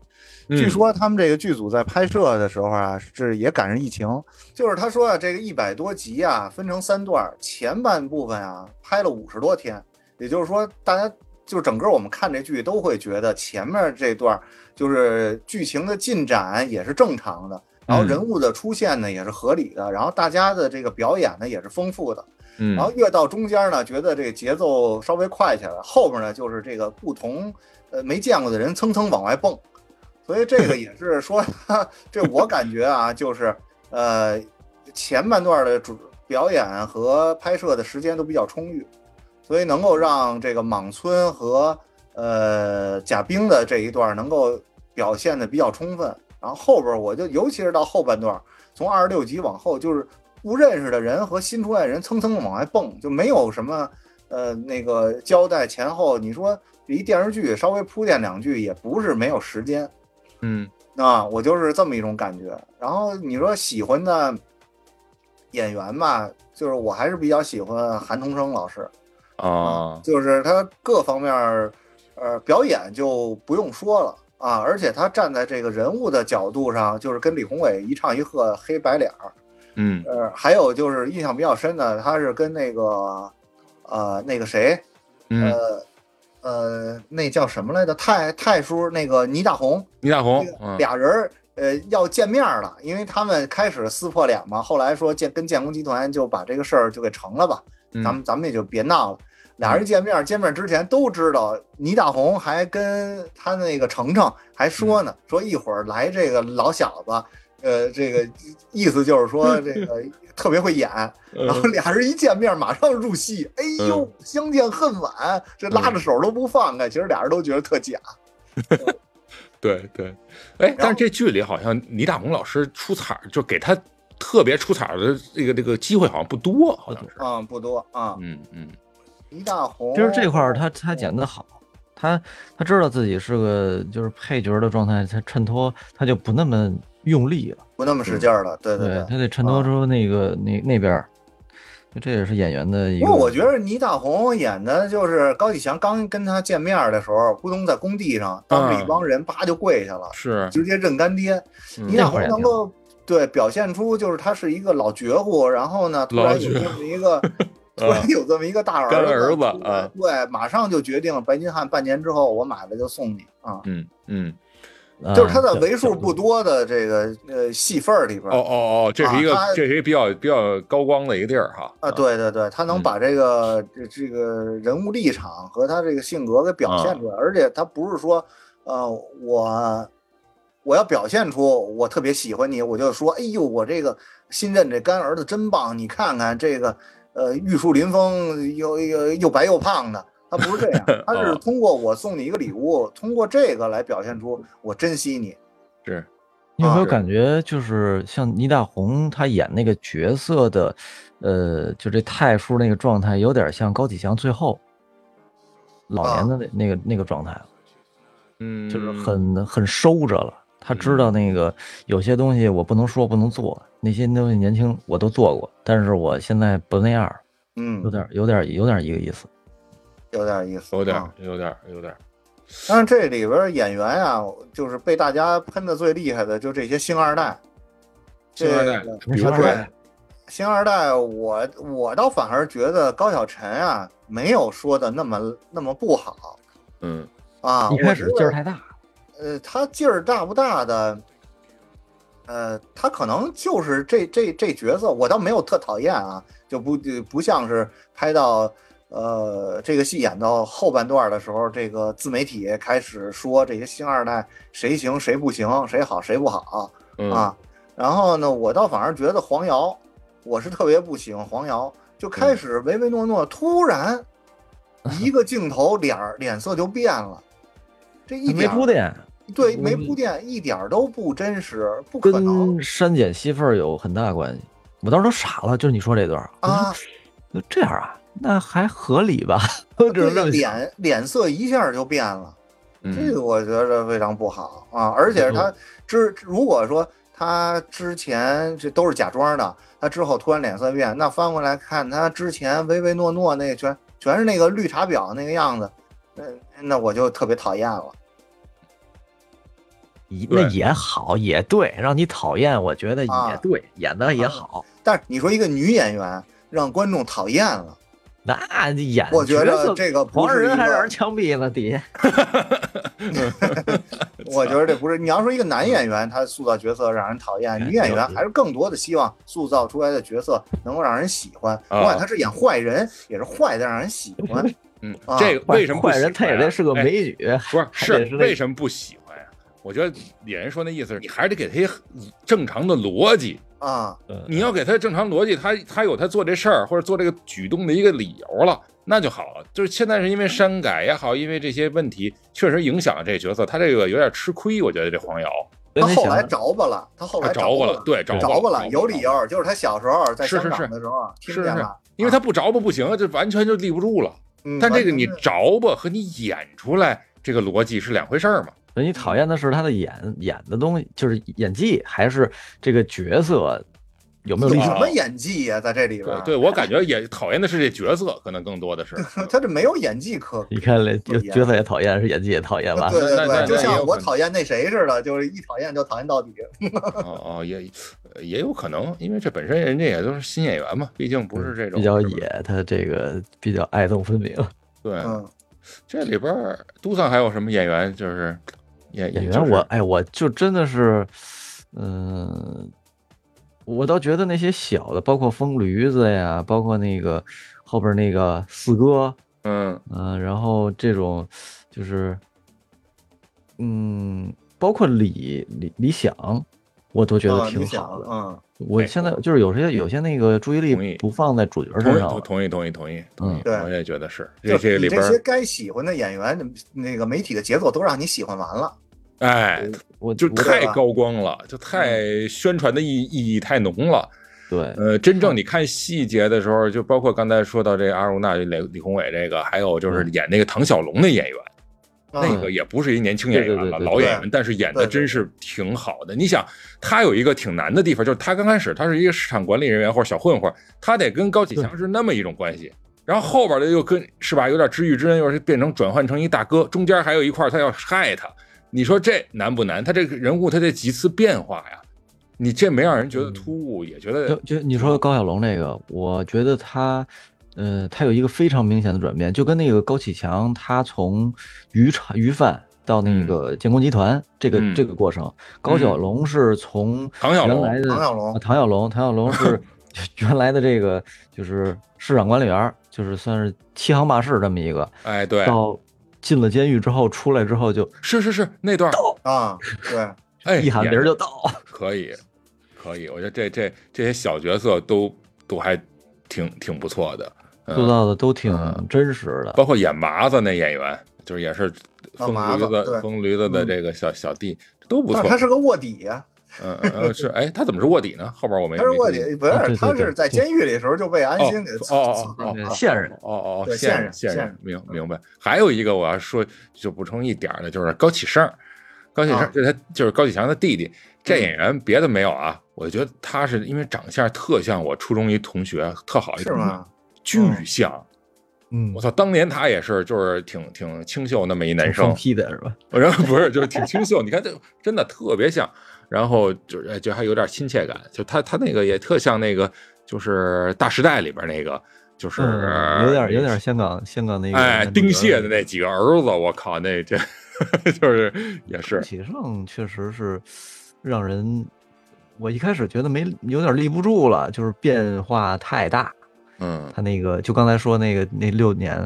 [SPEAKER 5] 嗯
[SPEAKER 2] 据说他们这个剧组在拍摄的时候啊，是也赶上疫情。就是他说啊，这个一百多集啊，分成三段儿，前半部分啊拍了五十多天，也就是说，大家就整个我们看这剧都会觉得前面这段儿就是剧情的进展也是正常的，然后人物的出现呢也是合理的，然后大家的这个表演呢也是丰富的，
[SPEAKER 5] 嗯，
[SPEAKER 2] 然后越到中间呢，觉得这个节奏稍微快起来了，后面呢就是这个不同呃没见过的人蹭蹭往外蹦，所以这个也是说， 这我感觉啊，就是呃前半段的主表演和拍摄的时间都比较充裕，所以能够让这个莽村和呃贾冰的这一段能够表现的比较充分，然后后边我就尤其是到后半段，从二十六集往后就是。不认识的人和新出来的人蹭蹭地往外蹦，就没有什么呃那个交代前后。你说一电视剧稍微铺垫两句，也不是没有时间
[SPEAKER 5] 嗯
[SPEAKER 2] 啊，我就是这么一种感觉。然后你说喜欢的演员吧，就是我还是比较喜欢韩童生老师，
[SPEAKER 5] 啊，
[SPEAKER 2] 就是他各方面儿呃表演就不用说了。啊，而且他站在这个人物的角度上，就是跟李宏伟一唱一和，黑白脸儿，
[SPEAKER 5] 嗯
[SPEAKER 2] 呃，还有就是印象比较深的，他是跟那个呃那个谁
[SPEAKER 5] 嗯，
[SPEAKER 2] 呃那叫什么来着？泰泰叔那个倪大红
[SPEAKER 5] 倪大红
[SPEAKER 2] 这个，
[SPEAKER 5] 嗯
[SPEAKER 2] 俩人儿呃要见面了，因为他们开始撕破脸嘛，后来说建跟建工集团就把这个事儿就给成了吧，
[SPEAKER 5] 嗯
[SPEAKER 2] 咱们咱们也就别闹了。俩人见面，见面之前都知道，倪大红还跟他那个程程还说
[SPEAKER 5] 嗯
[SPEAKER 2] 呢，说一会儿来这个老小子，呃，这个意思就是说这个 特别会演。
[SPEAKER 5] 嗯
[SPEAKER 2] 然后俩人一见面，马上入戏，哎呦，相见恨晚，这拉
[SPEAKER 5] 嗯
[SPEAKER 2] 着手都不放开。其实俩人都觉得特假，
[SPEAKER 5] 对对，哎，但是这剧里好像倪大红老师出彩儿，就给他特别出彩儿的这个这个机会好像不多，好像是，
[SPEAKER 2] 嗯，不多啊。
[SPEAKER 5] 嗯嗯
[SPEAKER 2] 倪大红
[SPEAKER 6] 就是这块儿他他演的好，他他知道自己是个就是配角的状态，他衬托他就不那么用力了，
[SPEAKER 2] 不那么
[SPEAKER 5] 嗯
[SPEAKER 2] 使劲儿了，对对。
[SPEAKER 6] 他得衬托
[SPEAKER 2] 啊
[SPEAKER 6] 出那个那那边儿，这也是演员的一
[SPEAKER 2] 不
[SPEAKER 6] 个。
[SPEAKER 2] 过我觉得倪大红演的就是高启强刚跟他见面的时候，咕咚在工地上，当
[SPEAKER 5] 嗯
[SPEAKER 2] 着一帮人叭就跪下了，
[SPEAKER 5] 是，
[SPEAKER 2] 直接认干爹。
[SPEAKER 5] 嗯
[SPEAKER 2] 倪大红能够对表现出就是他是一个老绝户，然后呢，突然有这么一个。 突然有这么一个大儿子，
[SPEAKER 5] 嗯干儿子
[SPEAKER 2] 对
[SPEAKER 5] 啊
[SPEAKER 2] 对，马上就决定了白金汉半年之后我买了就送你啊，
[SPEAKER 5] 嗯嗯，
[SPEAKER 6] 啊
[SPEAKER 2] 就是他在
[SPEAKER 6] 对
[SPEAKER 2] 为数不多的这个呃戏份儿里边
[SPEAKER 5] 哦
[SPEAKER 2] 儿
[SPEAKER 5] 哦哦，这是一
[SPEAKER 2] 啊
[SPEAKER 5] 个
[SPEAKER 2] 他
[SPEAKER 5] 这是一个比较比较高光的一个地儿哈，
[SPEAKER 2] 啊，对对对，他能
[SPEAKER 5] 嗯
[SPEAKER 2] 把这个、这这个人物立场和他这个性格给表
[SPEAKER 5] 啊
[SPEAKER 2] 现出来，而且他不是说，呃，我我要表现出我特别喜欢你，我就说，哎呦，我这个新任这干儿子真棒，你看看这个，呃，玉树临风，又又又白又胖的。他不是这样， 他
[SPEAKER 5] 哦
[SPEAKER 2] 是通过我送你一个礼物，通过这个来表现出我珍惜你。
[SPEAKER 5] 是，
[SPEAKER 6] 你有没有
[SPEAKER 5] 啊
[SPEAKER 6] 感觉，就是像倪大红他演那个角色的，呃，就这太叔那个状态，有点像高启强最后老年的
[SPEAKER 2] 啊
[SPEAKER 6] 那那个那个状态了，
[SPEAKER 5] 嗯，
[SPEAKER 6] 就是很很收着了。他知道那个有些东西我不能说不能做，那些东西年轻我都做过，但是我现在不那样儿，有
[SPEAKER 2] 嗯，
[SPEAKER 6] 点有点有点一个意思。
[SPEAKER 2] 有点意思，
[SPEAKER 5] 有点
[SPEAKER 2] 啊
[SPEAKER 5] 儿有点儿有点儿，
[SPEAKER 2] 但是这里边儿演员啊，就是被大家喷的最厉害的，就这些星二代。这
[SPEAKER 5] 星二代
[SPEAKER 2] 个啊
[SPEAKER 6] 比如说
[SPEAKER 2] 对星二代，我我倒反而觉得高晓晨啊，没有说的那么那么不好
[SPEAKER 5] 嗯
[SPEAKER 2] 啊。
[SPEAKER 6] 一开始
[SPEAKER 2] 我觉
[SPEAKER 6] 劲
[SPEAKER 2] 得
[SPEAKER 6] 儿太大，
[SPEAKER 2] 呃，他劲儿大不大的，呃，他可能就是这这这角色，我倒没有特讨厌啊，就不就不像是拍到呃这个戏演到后半段的时候，这个自媒体开始说这些星二代谁行谁不行，谁好谁不好
[SPEAKER 5] 嗯
[SPEAKER 2] 啊。然后呢，我倒反而觉得黄瑶，我是特别不喜欢黄瑶，就开始唯唯诺诺，突然一个镜头脸儿脸色就变了，这一
[SPEAKER 6] 没
[SPEAKER 2] 点儿
[SPEAKER 6] 铺垫，
[SPEAKER 2] 对
[SPEAKER 6] 我
[SPEAKER 2] 没铺垫，一点儿都不真实，不可能。
[SPEAKER 6] 嗯跟删减戏份儿有很大关系。我当时都傻了，就是你说这段儿，
[SPEAKER 2] 啊，
[SPEAKER 6] 我说这样啊，那还合理吧？我 只能这
[SPEAKER 2] 对
[SPEAKER 6] 么想。
[SPEAKER 2] 脸脸色一下就变了，这
[SPEAKER 5] 嗯
[SPEAKER 2] 个我觉得非常不好啊！而且他之如果说他之前这都是假装的，他之后突然脸色变，那翻回来看他之前唯唯诺诺那全全是那个绿茶婊那个样子，那那我就特别讨厌了。
[SPEAKER 6] 也
[SPEAKER 5] 对
[SPEAKER 6] 那也好，也对，让你讨厌，我觉得也
[SPEAKER 2] 啊
[SPEAKER 6] 对，演的也
[SPEAKER 2] 啊
[SPEAKER 6] 好。
[SPEAKER 2] 但是你说一个女演员让观众讨厌了，
[SPEAKER 6] 那演
[SPEAKER 2] 我觉
[SPEAKER 6] 角
[SPEAKER 2] 得
[SPEAKER 6] 色
[SPEAKER 2] 这个不
[SPEAKER 6] 黄
[SPEAKER 2] 是一
[SPEAKER 6] 人还让
[SPEAKER 2] 个
[SPEAKER 6] 人，枪毙了，底下
[SPEAKER 2] 我觉得这不是。你要说一个
[SPEAKER 5] 嗯
[SPEAKER 2] 男演员，他塑造角色让人讨
[SPEAKER 5] 哎
[SPEAKER 2] 厌，女演员还是更多的希望塑造出来的角色能够让人喜欢。
[SPEAKER 5] 啊
[SPEAKER 2] 不管他是演坏人，也是坏的让人喜 欢。
[SPEAKER 5] 嗯
[SPEAKER 2] 啊，
[SPEAKER 5] 这个为什么不
[SPEAKER 6] 坏人
[SPEAKER 5] 喜
[SPEAKER 6] 他也
[SPEAKER 5] 欢
[SPEAKER 6] 得
[SPEAKER 5] 呀
[SPEAKER 6] 是个
[SPEAKER 5] 哎
[SPEAKER 6] 美女，
[SPEAKER 5] 不是
[SPEAKER 6] 还得
[SPEAKER 5] 是
[SPEAKER 6] 是那
[SPEAKER 5] 为什么不喜欢呀？我觉得演员说那意思是你还是得给他一个正常的逻辑，
[SPEAKER 2] 啊，
[SPEAKER 5] 呃你要给他正常逻辑，他他有他做这事儿或者做这个举动的一个理由了，那就好了。就是现在是因为删改也好，因为这些问题确实影响了这个角色，他这个有点吃亏，我觉得这黄瑶
[SPEAKER 2] 他后来
[SPEAKER 5] 啊
[SPEAKER 6] 想
[SPEAKER 2] 着吧了，他后来
[SPEAKER 5] 他着
[SPEAKER 2] 吧
[SPEAKER 5] 吧啊了，，对着
[SPEAKER 2] 着吧
[SPEAKER 5] 吧
[SPEAKER 2] 了，有理，由，就是他小时候在
[SPEAKER 5] 是
[SPEAKER 2] 香
[SPEAKER 5] 是是
[SPEAKER 2] 港的时候听
[SPEAKER 5] 是
[SPEAKER 2] 见
[SPEAKER 5] 是
[SPEAKER 2] 了。
[SPEAKER 5] 因为他不着吧不行，这完全就立不住了。
[SPEAKER 2] 嗯
[SPEAKER 5] 但这个
[SPEAKER 2] 完全
[SPEAKER 5] 你
[SPEAKER 2] 是
[SPEAKER 5] 着吧和你演出来这个逻辑是两回事儿嘛。
[SPEAKER 6] 你讨厌的是他的演演的东西，就是演技，还是这个角色有没有
[SPEAKER 2] 有
[SPEAKER 6] 立
[SPEAKER 2] 什
[SPEAKER 6] 场？
[SPEAKER 2] 么演技呀，在这里边
[SPEAKER 5] 对
[SPEAKER 2] 儿，
[SPEAKER 5] 对，我感觉也讨厌的是这角色，可能更多 的是。
[SPEAKER 2] 他这没有演技可。
[SPEAKER 6] 你看嘞，
[SPEAKER 2] 不一样
[SPEAKER 6] 角色也讨厌，是演技也讨厌吧？
[SPEAKER 2] 对对
[SPEAKER 5] 那那
[SPEAKER 2] 对，就
[SPEAKER 5] 那也
[SPEAKER 2] 像
[SPEAKER 5] 有
[SPEAKER 2] 我
[SPEAKER 5] 可能
[SPEAKER 2] 讨厌那谁似的，就是一讨厌就讨厌到底。
[SPEAKER 5] 哦哦，也也有可能，因为这本身人家也都是新演员嘛，毕竟不是这种
[SPEAKER 6] 嗯比较
[SPEAKER 5] 是吧
[SPEAKER 6] 野，他这个比较爱憎分明。
[SPEAKER 5] 对，
[SPEAKER 2] 嗯，
[SPEAKER 5] 这里边儿都算还有什么演员？就是演
[SPEAKER 6] 演
[SPEAKER 5] 就
[SPEAKER 6] 员
[SPEAKER 5] 是
[SPEAKER 6] 我，哎，我就真的是，嗯、我倒觉得那些小的，包括疯驴子呀，包括那个后边那个四哥，
[SPEAKER 5] 嗯
[SPEAKER 6] 嗯、然后这种就是，嗯，包括李李李想，我都觉
[SPEAKER 2] 啊
[SPEAKER 5] 哦
[SPEAKER 6] 得
[SPEAKER 2] 你
[SPEAKER 6] 挺
[SPEAKER 2] 想
[SPEAKER 6] 好的。
[SPEAKER 2] 嗯，
[SPEAKER 6] 我
[SPEAKER 5] 哎
[SPEAKER 6] 现在就是有些有些那个注意
[SPEAKER 5] 同意
[SPEAKER 6] 力不放在主角
[SPEAKER 5] 同
[SPEAKER 6] 身
[SPEAKER 5] 意
[SPEAKER 6] 上了
[SPEAKER 5] 同，同意同意同意同
[SPEAKER 6] 嗯
[SPEAKER 5] 意，
[SPEAKER 2] 对
[SPEAKER 5] 我也觉得是
[SPEAKER 2] 就
[SPEAKER 5] 这这里边
[SPEAKER 2] 你这些
[SPEAKER 5] 儿，
[SPEAKER 2] 该喜欢的演员，那个媒体的节奏都让你喜欢完了。
[SPEAKER 5] 哎，
[SPEAKER 6] 我
[SPEAKER 5] 就
[SPEAKER 6] 我
[SPEAKER 5] 太高光了，就
[SPEAKER 2] 嗯
[SPEAKER 5] 太宣传的意意义太浓了。
[SPEAKER 6] 对嗯
[SPEAKER 5] 呃，真正你看细节的时候，就包括刚才说到这个阿如那、李李宏伟这个，还有就是
[SPEAKER 6] 嗯
[SPEAKER 5] 演那个唐小龙的演员，那
[SPEAKER 2] 嗯
[SPEAKER 5] 个也不是一年轻演员
[SPEAKER 6] 对
[SPEAKER 5] 了，
[SPEAKER 6] 对对对
[SPEAKER 5] 老演员，但是演的
[SPEAKER 2] 对对
[SPEAKER 5] 真是挺好的。你想，他有一个挺难的地方，就是他刚开始他是一个市场管理人员或者小混混，他得跟高启强是那么一种关系，然后后边的又跟是吧，有点知遇之恩，又是变成转换成一大哥，中间还有一块儿他要害他，你说这难不难？他这个人物他这几次变化呀，你这没让人觉得突兀，也觉
[SPEAKER 6] 就
[SPEAKER 5] 得
[SPEAKER 6] 就你说高晓龙这个，我觉得他，呃，他有一个非常明显的转变，就跟那个高启强，他从渔场鱼贩到那
[SPEAKER 5] 嗯
[SPEAKER 6] 个建工集团这个、
[SPEAKER 5] 嗯
[SPEAKER 6] 这个过程，高晓龙是从
[SPEAKER 5] 唐小
[SPEAKER 6] 原
[SPEAKER 5] 龙
[SPEAKER 6] 来的
[SPEAKER 2] 唐小
[SPEAKER 6] 啊
[SPEAKER 2] 龙，
[SPEAKER 6] 唐小龙，唐小龙 是原来的这个就是市场管理员儿，就是算是欺行霸市这么一个，
[SPEAKER 5] 哎，对，
[SPEAKER 6] 到进了监狱之后出来之后就是
[SPEAKER 5] 是是那段儿，
[SPEAKER 2] 啊，对，
[SPEAKER 5] 哎，
[SPEAKER 6] 一喊
[SPEAKER 5] 演
[SPEAKER 6] 铃儿
[SPEAKER 5] 得
[SPEAKER 6] 就到，
[SPEAKER 5] 可以，可以，我觉得这这这些小角色都都还挺挺不错的，
[SPEAKER 6] 做
[SPEAKER 5] 嗯，
[SPEAKER 6] 到的都挺
[SPEAKER 5] 嗯
[SPEAKER 6] 真实的。
[SPEAKER 5] 包括演麻子那演员，就是也是
[SPEAKER 2] 啊
[SPEAKER 5] 疯
[SPEAKER 2] 麻
[SPEAKER 5] 驴
[SPEAKER 2] 子
[SPEAKER 5] 子的
[SPEAKER 2] 对
[SPEAKER 5] 疯驴子
[SPEAKER 6] 嗯
[SPEAKER 5] 的这个小小弟，都 不
[SPEAKER 2] 但
[SPEAKER 5] 错
[SPEAKER 2] 是。他是个卧底呀，
[SPEAKER 5] 嗯嗯嗯，是哎，他怎么是卧底呢？后边我没
[SPEAKER 2] 他是
[SPEAKER 5] 没
[SPEAKER 2] 卧
[SPEAKER 5] 注意
[SPEAKER 2] 底，不
[SPEAKER 6] 啊对
[SPEAKER 2] 是，
[SPEAKER 6] 对
[SPEAKER 2] 他
[SPEAKER 6] 对
[SPEAKER 2] 是在监狱里的时候就被安
[SPEAKER 5] 哦
[SPEAKER 2] 心给刺
[SPEAKER 5] 哦哦哦
[SPEAKER 6] 现任
[SPEAKER 5] 哦哦哦，
[SPEAKER 2] 对
[SPEAKER 5] 现
[SPEAKER 2] 现
[SPEAKER 5] 任
[SPEAKER 2] 任
[SPEAKER 5] 现
[SPEAKER 2] 现
[SPEAKER 5] 任
[SPEAKER 2] 任，
[SPEAKER 5] 明明白。还有一个我要说，就补充一点儿的，就是高启盛，高启盛
[SPEAKER 2] 啊
[SPEAKER 5] 这他就是高启强的弟弟。这演员别的没有啊，我觉得他是因为长相特像我初中一同学，特好一
[SPEAKER 2] 是
[SPEAKER 5] 同学
[SPEAKER 2] 吗？
[SPEAKER 5] 巨
[SPEAKER 2] 嗯
[SPEAKER 5] 像。
[SPEAKER 6] 嗯
[SPEAKER 5] 我，操，当年他也是，就是挺挺清秀那么一男
[SPEAKER 6] 放
[SPEAKER 5] 生，
[SPEAKER 6] 屁的是吧？
[SPEAKER 5] 然后不是，就是挺清秀。你看这真的特别像，然后就是哎就还有点亲切感，就他他那个也特像那个，就是《大时代》里边那个，就是、
[SPEAKER 6] 嗯，有点有点香港香港那个嗯
[SPEAKER 5] 哎
[SPEAKER 6] 男主
[SPEAKER 5] 丁
[SPEAKER 6] 角
[SPEAKER 5] 蟹的那几个儿子，我靠，那 这就是也是
[SPEAKER 6] 启盛确实是让人我一开始觉得没有点立不住了，就是变化太大。
[SPEAKER 5] 嗯
[SPEAKER 6] 他那个就刚才说那个那六年，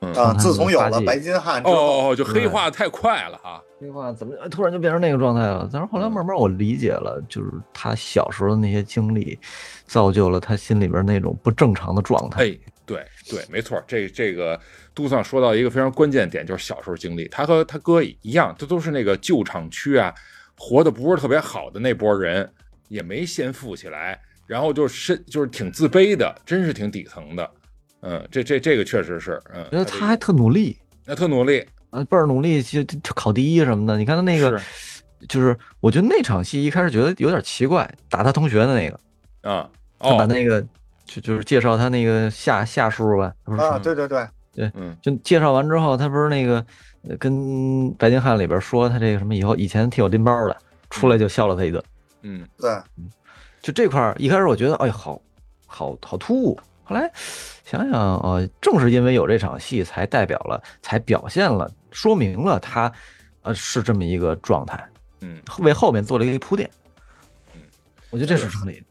[SPEAKER 5] 嗯
[SPEAKER 2] 啊，自从有
[SPEAKER 6] 发
[SPEAKER 2] 了
[SPEAKER 6] 迹
[SPEAKER 2] 白金汉之
[SPEAKER 5] 哦
[SPEAKER 2] 后，
[SPEAKER 5] 哦，哦就
[SPEAKER 6] 嗯
[SPEAKER 5] 黑化太快了啊！
[SPEAKER 6] 那话怎么哎突然就变成那个状态了？但是
[SPEAKER 5] 嗯
[SPEAKER 6] 后来慢慢我理解了，就是他小时候的那些经历，造就了他心里边那种不正常的状态。
[SPEAKER 5] 哎，对对，没错，这这个杜尚说到一个非常关键点，就是小时候经历，他和他哥一样，这都是那个旧厂区啊，活得不是特别好的那波人，也没先富起来，然后就是就是挺自卑的，真是挺底层的。嗯，这这这个确实是，嗯，
[SPEAKER 6] 觉得
[SPEAKER 5] 这
[SPEAKER 6] 他还特努力，
[SPEAKER 5] 那特努力，
[SPEAKER 6] 啊，倍儿努力去去考第一什么的。你看他那个，就是我觉得那场戏一开始觉得有点奇怪，打他同学的那个，
[SPEAKER 5] 啊，
[SPEAKER 6] 他把
[SPEAKER 5] 哦，
[SPEAKER 6] 那个、就就是介绍他那个夏夏叔吧，不是
[SPEAKER 2] 啊，对对对，
[SPEAKER 5] 嗯
[SPEAKER 6] 就介绍完之后，他不是那个呃跟白金汉里边说他这个什么以后以前替我拎包的，出来就笑了他一顿。
[SPEAKER 5] 嗯
[SPEAKER 2] 对，
[SPEAKER 6] 就这块儿一开始我觉得哎好好好突兀，后来想想呃，正是因为有这场戏，才代表了才表现了说明了他呃是这么一个状态，
[SPEAKER 5] 嗯，
[SPEAKER 6] 为后面做了一个铺垫
[SPEAKER 5] 嗯。
[SPEAKER 6] 我觉得这是成立的。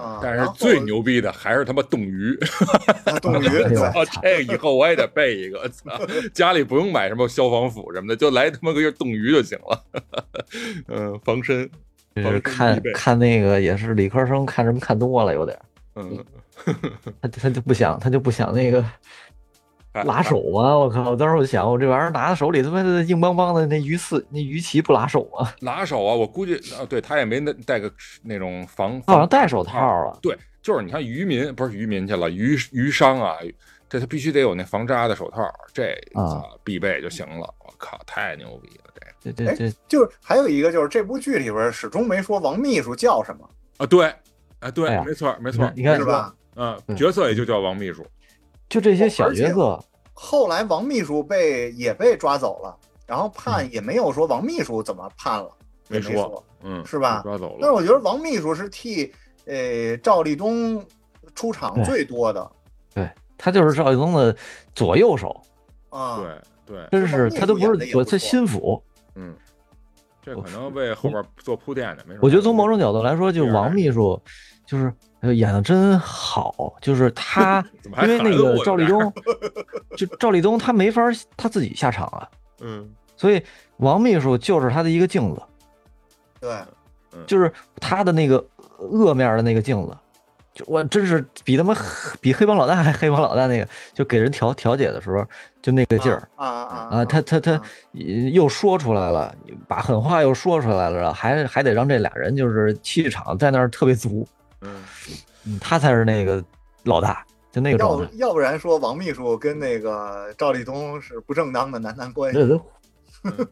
[SPEAKER 2] 啊，
[SPEAKER 5] 但
[SPEAKER 2] 然
[SPEAKER 5] 是
[SPEAKER 2] 后
[SPEAKER 5] 最牛逼的还是他妈冻 鱼。
[SPEAKER 2] 冻鱼，
[SPEAKER 6] 哎呦
[SPEAKER 2] 对，
[SPEAKER 5] 哦，这个以后我也得备一个，操，家里不用买什么消防服什么的，就来他妈个冻鱼就行了。嗯，防身，
[SPEAKER 6] 就是
[SPEAKER 5] 防身
[SPEAKER 6] 看
[SPEAKER 5] 必备
[SPEAKER 6] 看那个也是理科生看什么看多了有点儿，
[SPEAKER 5] 嗯，
[SPEAKER 6] 他他就不想他就不想那个
[SPEAKER 5] 哎
[SPEAKER 6] 拉手啊！我靠！我当时我想，我这玩意儿拿在手里，他妈的硬邦邦的，那鱼刺那鱼鳍不拉手啊！
[SPEAKER 5] 拿手啊，我估计啊，对他也没那戴个那种防，
[SPEAKER 6] 他好像
[SPEAKER 5] 防
[SPEAKER 6] 戴手套啊了，
[SPEAKER 5] 对，就是你看渔民不是渔民去了，渔渔商啊，这他必须得有那防扎的手套，这
[SPEAKER 6] 啊
[SPEAKER 5] 操必备就行了。我靠，太牛逼了这个
[SPEAKER 6] 这这这
[SPEAKER 2] 就是还有一个就是这部剧里边始终没说王秘书叫什么，
[SPEAKER 5] 啊！对，啊对
[SPEAKER 6] 哎，呀
[SPEAKER 5] 没错没
[SPEAKER 6] 你
[SPEAKER 5] 错
[SPEAKER 6] 看，你看
[SPEAKER 2] 是吧？
[SPEAKER 5] 嗯，
[SPEAKER 6] 嗯
[SPEAKER 5] 角色也就叫王秘书，
[SPEAKER 6] 就这些小角色，
[SPEAKER 2] 后来王秘书被也被抓走了，然后判也没有说王秘书怎么判了，也
[SPEAKER 5] 嗯没
[SPEAKER 2] 没
[SPEAKER 5] 说，嗯，
[SPEAKER 2] 是吧
[SPEAKER 5] 抓走
[SPEAKER 2] 但
[SPEAKER 5] 了，
[SPEAKER 2] 是我觉得王秘书是替呃赵立东出场
[SPEAKER 6] 对
[SPEAKER 2] 最多的
[SPEAKER 6] 他就是赵立东的左右手，
[SPEAKER 2] 啊，
[SPEAKER 5] 对对，
[SPEAKER 6] 真是
[SPEAKER 2] 那
[SPEAKER 6] 他都不
[SPEAKER 2] 演得
[SPEAKER 6] 是
[SPEAKER 2] 也
[SPEAKER 6] 左，他
[SPEAKER 2] 不错
[SPEAKER 6] 心腹。
[SPEAKER 5] 嗯，这
[SPEAKER 6] 我
[SPEAKER 5] 可能为后边做铺垫的，没准儿。
[SPEAKER 6] 我觉得从某种角度来说，就
[SPEAKER 5] 这
[SPEAKER 6] 是
[SPEAKER 5] 样，
[SPEAKER 6] 王秘书，就是呃演的真好，就是他
[SPEAKER 5] 怎么还
[SPEAKER 6] 因为
[SPEAKER 5] 喊
[SPEAKER 6] 那
[SPEAKER 5] 着我
[SPEAKER 6] 个
[SPEAKER 5] 呢
[SPEAKER 6] 赵立 东，就赵立东他没法他自己下场啊，
[SPEAKER 5] 嗯
[SPEAKER 6] 所以王秘书就是他的一个镜子。
[SPEAKER 2] 对啊
[SPEAKER 6] 就是他的那个恶面的那个镜子，就我真是比他妈黑比黑帮老大还黑帮老大那个，就给人调调解的时候就那个劲儿
[SPEAKER 2] 啊啊
[SPEAKER 6] 啊，他他他
[SPEAKER 2] 啊
[SPEAKER 6] 又说出来了，把狠话又说出来了，还还得让这俩人就是气场在那儿特别足，
[SPEAKER 5] 嗯，
[SPEAKER 6] 嗯他才是那个老大，就那个状
[SPEAKER 2] 要
[SPEAKER 6] 态，
[SPEAKER 2] 要不然说王秘书跟那个赵立东是不正当的男男 关系
[SPEAKER 6] 这都。嗯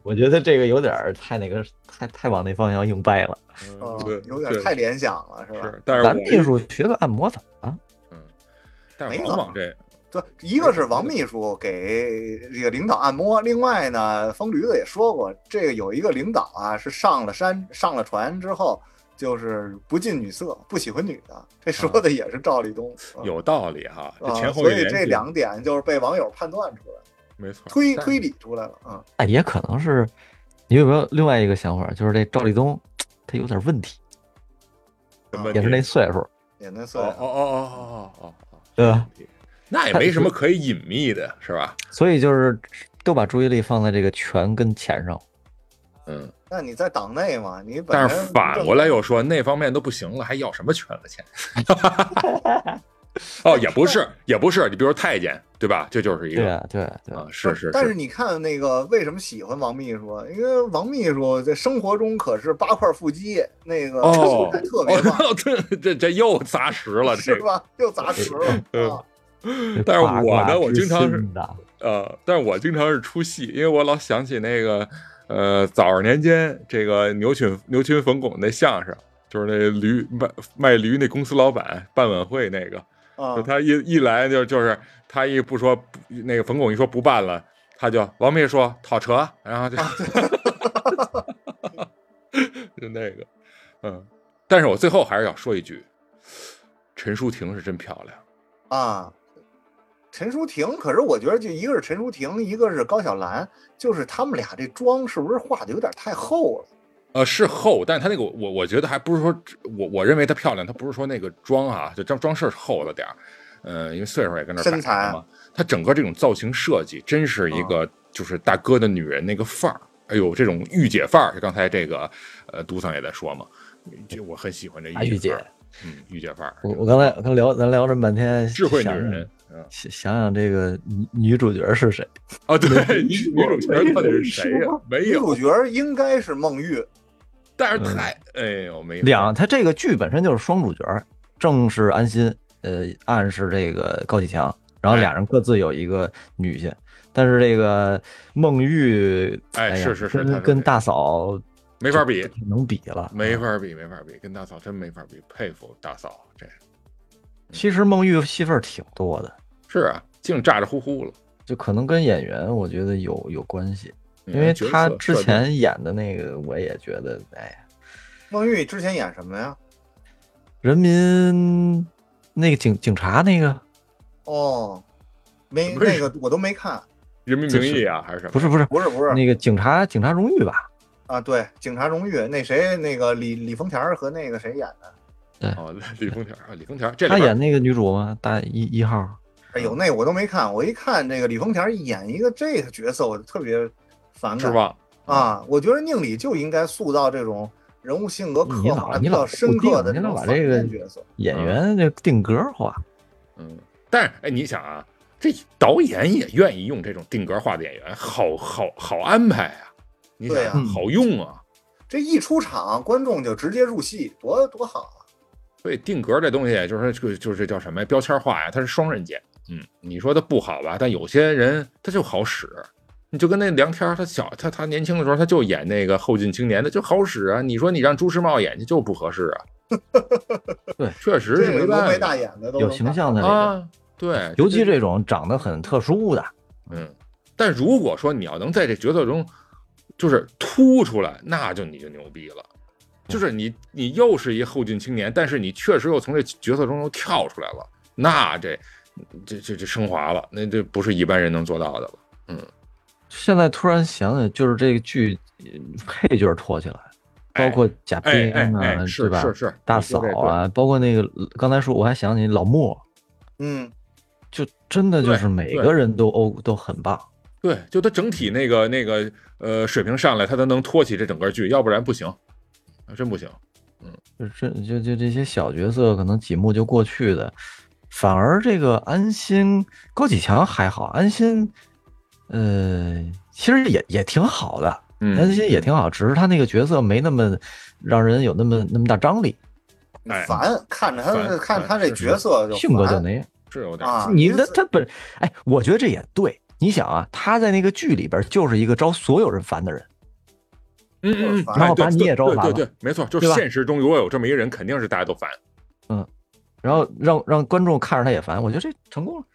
[SPEAKER 6] 我觉得这个有点儿太那个，太太往那方向硬掰了。
[SPEAKER 2] 啊
[SPEAKER 5] 嗯对，，
[SPEAKER 2] 有点
[SPEAKER 5] 对
[SPEAKER 2] 太联想了，是吧？
[SPEAKER 5] 是，但是
[SPEAKER 6] 咱秘
[SPEAKER 5] 我
[SPEAKER 6] 书学个按摩法啊，
[SPEAKER 5] 嗯，但是
[SPEAKER 2] 没
[SPEAKER 5] 往
[SPEAKER 2] 了
[SPEAKER 5] 往这
[SPEAKER 2] 对，一个是王秘书给这个领导按摩，另外呢，风驴子也说过，这个有一个领导啊，是上了山上了船之后，就是不近女色，不喜欢女的，这说的也是赵立东。啊
[SPEAKER 5] 啊有道理哈，这
[SPEAKER 2] 啊
[SPEAKER 5] 前后
[SPEAKER 2] 所
[SPEAKER 5] 一
[SPEAKER 2] 以
[SPEAKER 5] 联
[SPEAKER 2] 这
[SPEAKER 5] 系
[SPEAKER 2] 两点就是被网友判断出来，
[SPEAKER 5] 没错，
[SPEAKER 2] 推
[SPEAKER 5] 但
[SPEAKER 2] 推理出来了啊。
[SPEAKER 6] 哎，也可能是，你有没有另外一个想法？就是这赵立东他有点问题，
[SPEAKER 5] 什么
[SPEAKER 6] 也是那
[SPEAKER 5] 问题
[SPEAKER 6] 岁数，
[SPEAKER 2] 也能
[SPEAKER 5] 哦
[SPEAKER 2] 算
[SPEAKER 5] 哦哦哦哦哦哦，
[SPEAKER 6] 对吧？
[SPEAKER 5] 那也没什么可以隐秘的，是吧？
[SPEAKER 6] 所以就是都把注意力放在这个权跟钱上。
[SPEAKER 5] 嗯，
[SPEAKER 2] 那你在党内嘛，你本
[SPEAKER 5] 但
[SPEAKER 2] 身
[SPEAKER 5] 是
[SPEAKER 2] 不
[SPEAKER 5] 反
[SPEAKER 2] 正
[SPEAKER 5] 过来又说那方面都不行了，还要什么权了钱？ 哦，也不是，也不是，你比如说太监，对吧？这就是一
[SPEAKER 6] 对
[SPEAKER 5] 个
[SPEAKER 6] 啊，对啊，对啊
[SPEAKER 5] 啊，，是是，
[SPEAKER 2] 但是你看那个为什么喜欢王秘书？啊因为王秘书在生活中可是八块腹肌，那个
[SPEAKER 5] 哦
[SPEAKER 2] 身材特别棒，
[SPEAKER 5] 哦，这这这又砸实了，这
[SPEAKER 2] 是
[SPEAKER 5] 个嗯
[SPEAKER 2] 吧？又砸实了啊！
[SPEAKER 6] 这
[SPEAKER 5] 但是
[SPEAKER 6] 八
[SPEAKER 5] 我呢
[SPEAKER 6] 卦
[SPEAKER 5] 我
[SPEAKER 6] 之
[SPEAKER 5] 经常是
[SPEAKER 6] 心的
[SPEAKER 5] 呃，但是我经常是出戏，因为我老想起那个呃早上年间这个牛群牛群冯巩那相声，就是那驴卖卖驴那公司老板办晚会那个，
[SPEAKER 2] 啊
[SPEAKER 5] 就，他一一来就就是他一不说不那个冯巩一说不办了，他就王秘书讨车，然 后就、就那个，嗯，但是我最后还是要说一句，陈淑婷是真漂亮。
[SPEAKER 2] 啊，陈淑婷，可是我觉得就一个是陈淑婷，一个是高晓兰，就是他们俩这妆是不是画的有点太厚了？
[SPEAKER 5] 呃，是厚，但是它那个我我觉得还不是说只，我我认为它漂亮，它不是说那个妆啊，就装装饰是厚了点儿，嗯，因为岁数也跟那儿摆
[SPEAKER 7] 身材嗯
[SPEAKER 5] 着嘛，它整个这种造型设计真是一个就是大哥的女人那个范儿，哎呦，这种御姐范儿，就刚才这个呃都桑也在说嘛，这我很喜欢这
[SPEAKER 6] 啊御姐
[SPEAKER 5] 范儿，嗯，御姐范儿，
[SPEAKER 6] 我我刚才跟聊咱聊这么半天，
[SPEAKER 5] 智慧女
[SPEAKER 6] 想想
[SPEAKER 5] 人，嗯
[SPEAKER 6] 想想想这个女女主角是谁？
[SPEAKER 5] 啊，对，女女主角到底是谁呀、没
[SPEAKER 7] 女
[SPEAKER 5] 有，
[SPEAKER 7] 主角应该是孟玉，
[SPEAKER 5] 但是太哎呦没有
[SPEAKER 6] 嗯两，他这个剧本身就是双主角，正是安心，呃，暗示这个高启强，然后
[SPEAKER 5] 哎
[SPEAKER 6] 俩人各自有一个女婿，但是这个孟玉，
[SPEAKER 5] 哎
[SPEAKER 6] 呀
[SPEAKER 5] 是是是他
[SPEAKER 6] 跟
[SPEAKER 5] 是
[SPEAKER 6] 跟
[SPEAKER 5] 这
[SPEAKER 6] 大嫂
[SPEAKER 5] 没法比
[SPEAKER 6] 不，太能比了，啊
[SPEAKER 5] 没。法比，没法比，跟大嫂真没法比，佩服大嫂，这
[SPEAKER 6] 其实孟玉戏份儿挺多的，
[SPEAKER 5] 是啊，净咋咋呼呼了，
[SPEAKER 6] 就可能跟演员我觉得有有关系，
[SPEAKER 5] 嗯
[SPEAKER 6] 因为
[SPEAKER 5] 角色
[SPEAKER 6] 他之
[SPEAKER 5] 设定
[SPEAKER 6] 前演的那个，我也觉得，哎呀，
[SPEAKER 7] 孟玉之前演什么呀？
[SPEAKER 6] 人民那个警警察那个
[SPEAKER 7] 哦，没
[SPEAKER 5] 不是
[SPEAKER 7] 那个我都没看，
[SPEAKER 5] 人民名义啊还是什么？
[SPEAKER 6] 不是不是
[SPEAKER 7] 不是不是
[SPEAKER 6] 那个警察警察荣誉吧？
[SPEAKER 7] 啊，对，警察荣誉那谁那个李李丰田儿和那个谁演的？
[SPEAKER 5] 哦，李丰田啊，李丰田这里
[SPEAKER 6] 他
[SPEAKER 5] 边
[SPEAKER 6] 演那个女主吗？大一一号
[SPEAKER 5] 嗯
[SPEAKER 7] 哎呦，那我都没看，我一看这个李丰田儿演一个这个角色，我就特别反感
[SPEAKER 5] 是吧？
[SPEAKER 7] 啊！我觉得宁理就应该塑造这种人物性格刻
[SPEAKER 6] 你老
[SPEAKER 7] 画比
[SPEAKER 6] 你老
[SPEAKER 7] 较深刻的
[SPEAKER 6] 你
[SPEAKER 7] 这
[SPEAKER 6] 老
[SPEAKER 7] 种
[SPEAKER 6] 把
[SPEAKER 7] 反
[SPEAKER 6] 这个
[SPEAKER 7] 面角色。
[SPEAKER 6] 演员这定格化，
[SPEAKER 5] 嗯，但是哎，你想啊，这导演也愿意用这种定格化的演员，好好好安排啊，你想
[SPEAKER 7] 对啊
[SPEAKER 5] 好用啊，
[SPEAKER 7] 这一出场，观众就直接入戏，多多好啊！
[SPEAKER 5] 所以定格这东西就是这个就是这叫什么呀？标签化呀，它是双刃剑。嗯，你说它不好吧？但有些人他就好使，你就跟那梁天儿，他小他他年轻的时候他就演那个后进青年，他就好使啊。你说你让朱时茂演去就不合适啊。
[SPEAKER 6] 对，
[SPEAKER 5] 确实
[SPEAKER 7] 这
[SPEAKER 5] 是
[SPEAKER 7] 个
[SPEAKER 5] 没
[SPEAKER 7] 浓眉
[SPEAKER 5] 办
[SPEAKER 7] 大眼
[SPEAKER 5] 哦
[SPEAKER 7] 的都
[SPEAKER 6] 有
[SPEAKER 7] 能
[SPEAKER 6] 形
[SPEAKER 7] 看
[SPEAKER 6] 象的那个，
[SPEAKER 5] 啊。对，
[SPEAKER 6] 尤其这种长得很特殊的，
[SPEAKER 5] 嗯，但如果说你要能在这角色中就是突出来，那就你就牛逼了。就是你，你又是一后进青年，但是你确实又从这角色中又跳出来了，那这这这这升华了，那这不是一般人能做到的了。
[SPEAKER 6] 现在突然想起，就是这个剧呃配角托起来，包
[SPEAKER 5] 哎
[SPEAKER 6] 括贾
[SPEAKER 5] 哎
[SPEAKER 6] 冰
[SPEAKER 5] 哎
[SPEAKER 6] 啊，
[SPEAKER 5] 哎，
[SPEAKER 6] 对
[SPEAKER 5] 是
[SPEAKER 6] 吧？
[SPEAKER 5] 是是，
[SPEAKER 6] 大
[SPEAKER 5] 你
[SPEAKER 6] 嫂
[SPEAKER 5] 说这
[SPEAKER 6] 啊，包括那个刚才说，我还想起老莫，
[SPEAKER 7] 嗯，
[SPEAKER 6] 就真的就
[SPEAKER 5] 对
[SPEAKER 6] 是每
[SPEAKER 5] 对
[SPEAKER 6] 个人都欧都很棒。
[SPEAKER 5] 对，对，就他整体那个那个呃水平上来，他才能托起这整个剧，要不然不行，啊真不行。
[SPEAKER 6] 就这就就这些小角色，可能几幕就过去的，反而这个安心高启强还好，安心，呃，其实也也挺好的，安
[SPEAKER 5] 嗯，
[SPEAKER 6] 心也挺好，只是他那个角色没那么让人有那么那么大张力，
[SPEAKER 5] 哎
[SPEAKER 7] 烦，看着他
[SPEAKER 5] 烦
[SPEAKER 7] 看着他
[SPEAKER 5] 烦
[SPEAKER 7] 这
[SPEAKER 5] 是
[SPEAKER 7] 角色就
[SPEAKER 6] 性格就
[SPEAKER 7] 烦
[SPEAKER 6] 那样。
[SPEAKER 5] 是有点儿。
[SPEAKER 7] 啊，
[SPEAKER 6] 你
[SPEAKER 7] 这
[SPEAKER 6] 的他本，哎，我觉得这也对。你想啊，他在那个剧里边就是一个招所有人烦的人，
[SPEAKER 5] 嗯嗯嗯，
[SPEAKER 7] 然
[SPEAKER 6] 后
[SPEAKER 5] 哎对
[SPEAKER 6] 把你
[SPEAKER 5] 对
[SPEAKER 6] 也招
[SPEAKER 5] 对
[SPEAKER 6] 烦
[SPEAKER 5] 对
[SPEAKER 6] 了
[SPEAKER 5] 对，没错，就
[SPEAKER 6] 对吧
[SPEAKER 5] 现实中如果有这么一个人，肯定是大家都烦，
[SPEAKER 6] 然后让让观众看着他也烦，我觉得这成功了。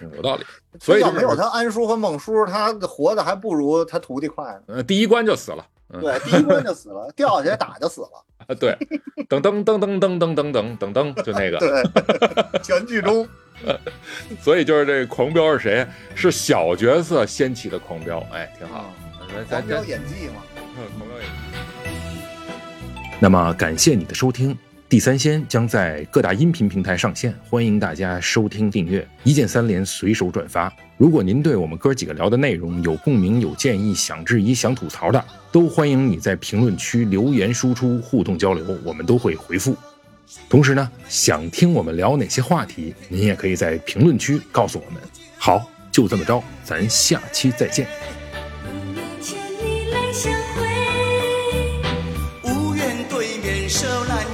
[SPEAKER 5] 嗯有道理。所以
[SPEAKER 7] 要
[SPEAKER 5] 就是
[SPEAKER 7] 没有他安叔和孟叔，他活的还不如他徒弟快呢。
[SPEAKER 5] 呃，第一关就死了。嗯，
[SPEAKER 7] 对，第一关就死 了，掉下去打就死了。
[SPEAKER 5] 啊 对，噔噔噔噔噔噔噔噔噔噔，就那个。
[SPEAKER 7] 对，全剧终。
[SPEAKER 5] 所以就是这个狂飙是谁？是小角色掀起的狂飙，哎，挺好。咱
[SPEAKER 7] 咱
[SPEAKER 5] 咱咱
[SPEAKER 7] 飙演技嘛。
[SPEAKER 5] 那么感谢你的收听，《地三鲜》将在各大音频平台上线，欢迎大家收听订阅，一键三连，随手转发。如果您对我们哥几个聊的内容有共鸣、有建议、想质疑、想吐槽的，都欢迎你在评论区留言输出，互动交流，我们都会回复。同时呢，想听我们聊哪些话题，您也可以在评论区告诉我们。好，就这么着，咱下期再见。
[SPEAKER 8] 五月千里来相会，
[SPEAKER 9] 无缘对面手拉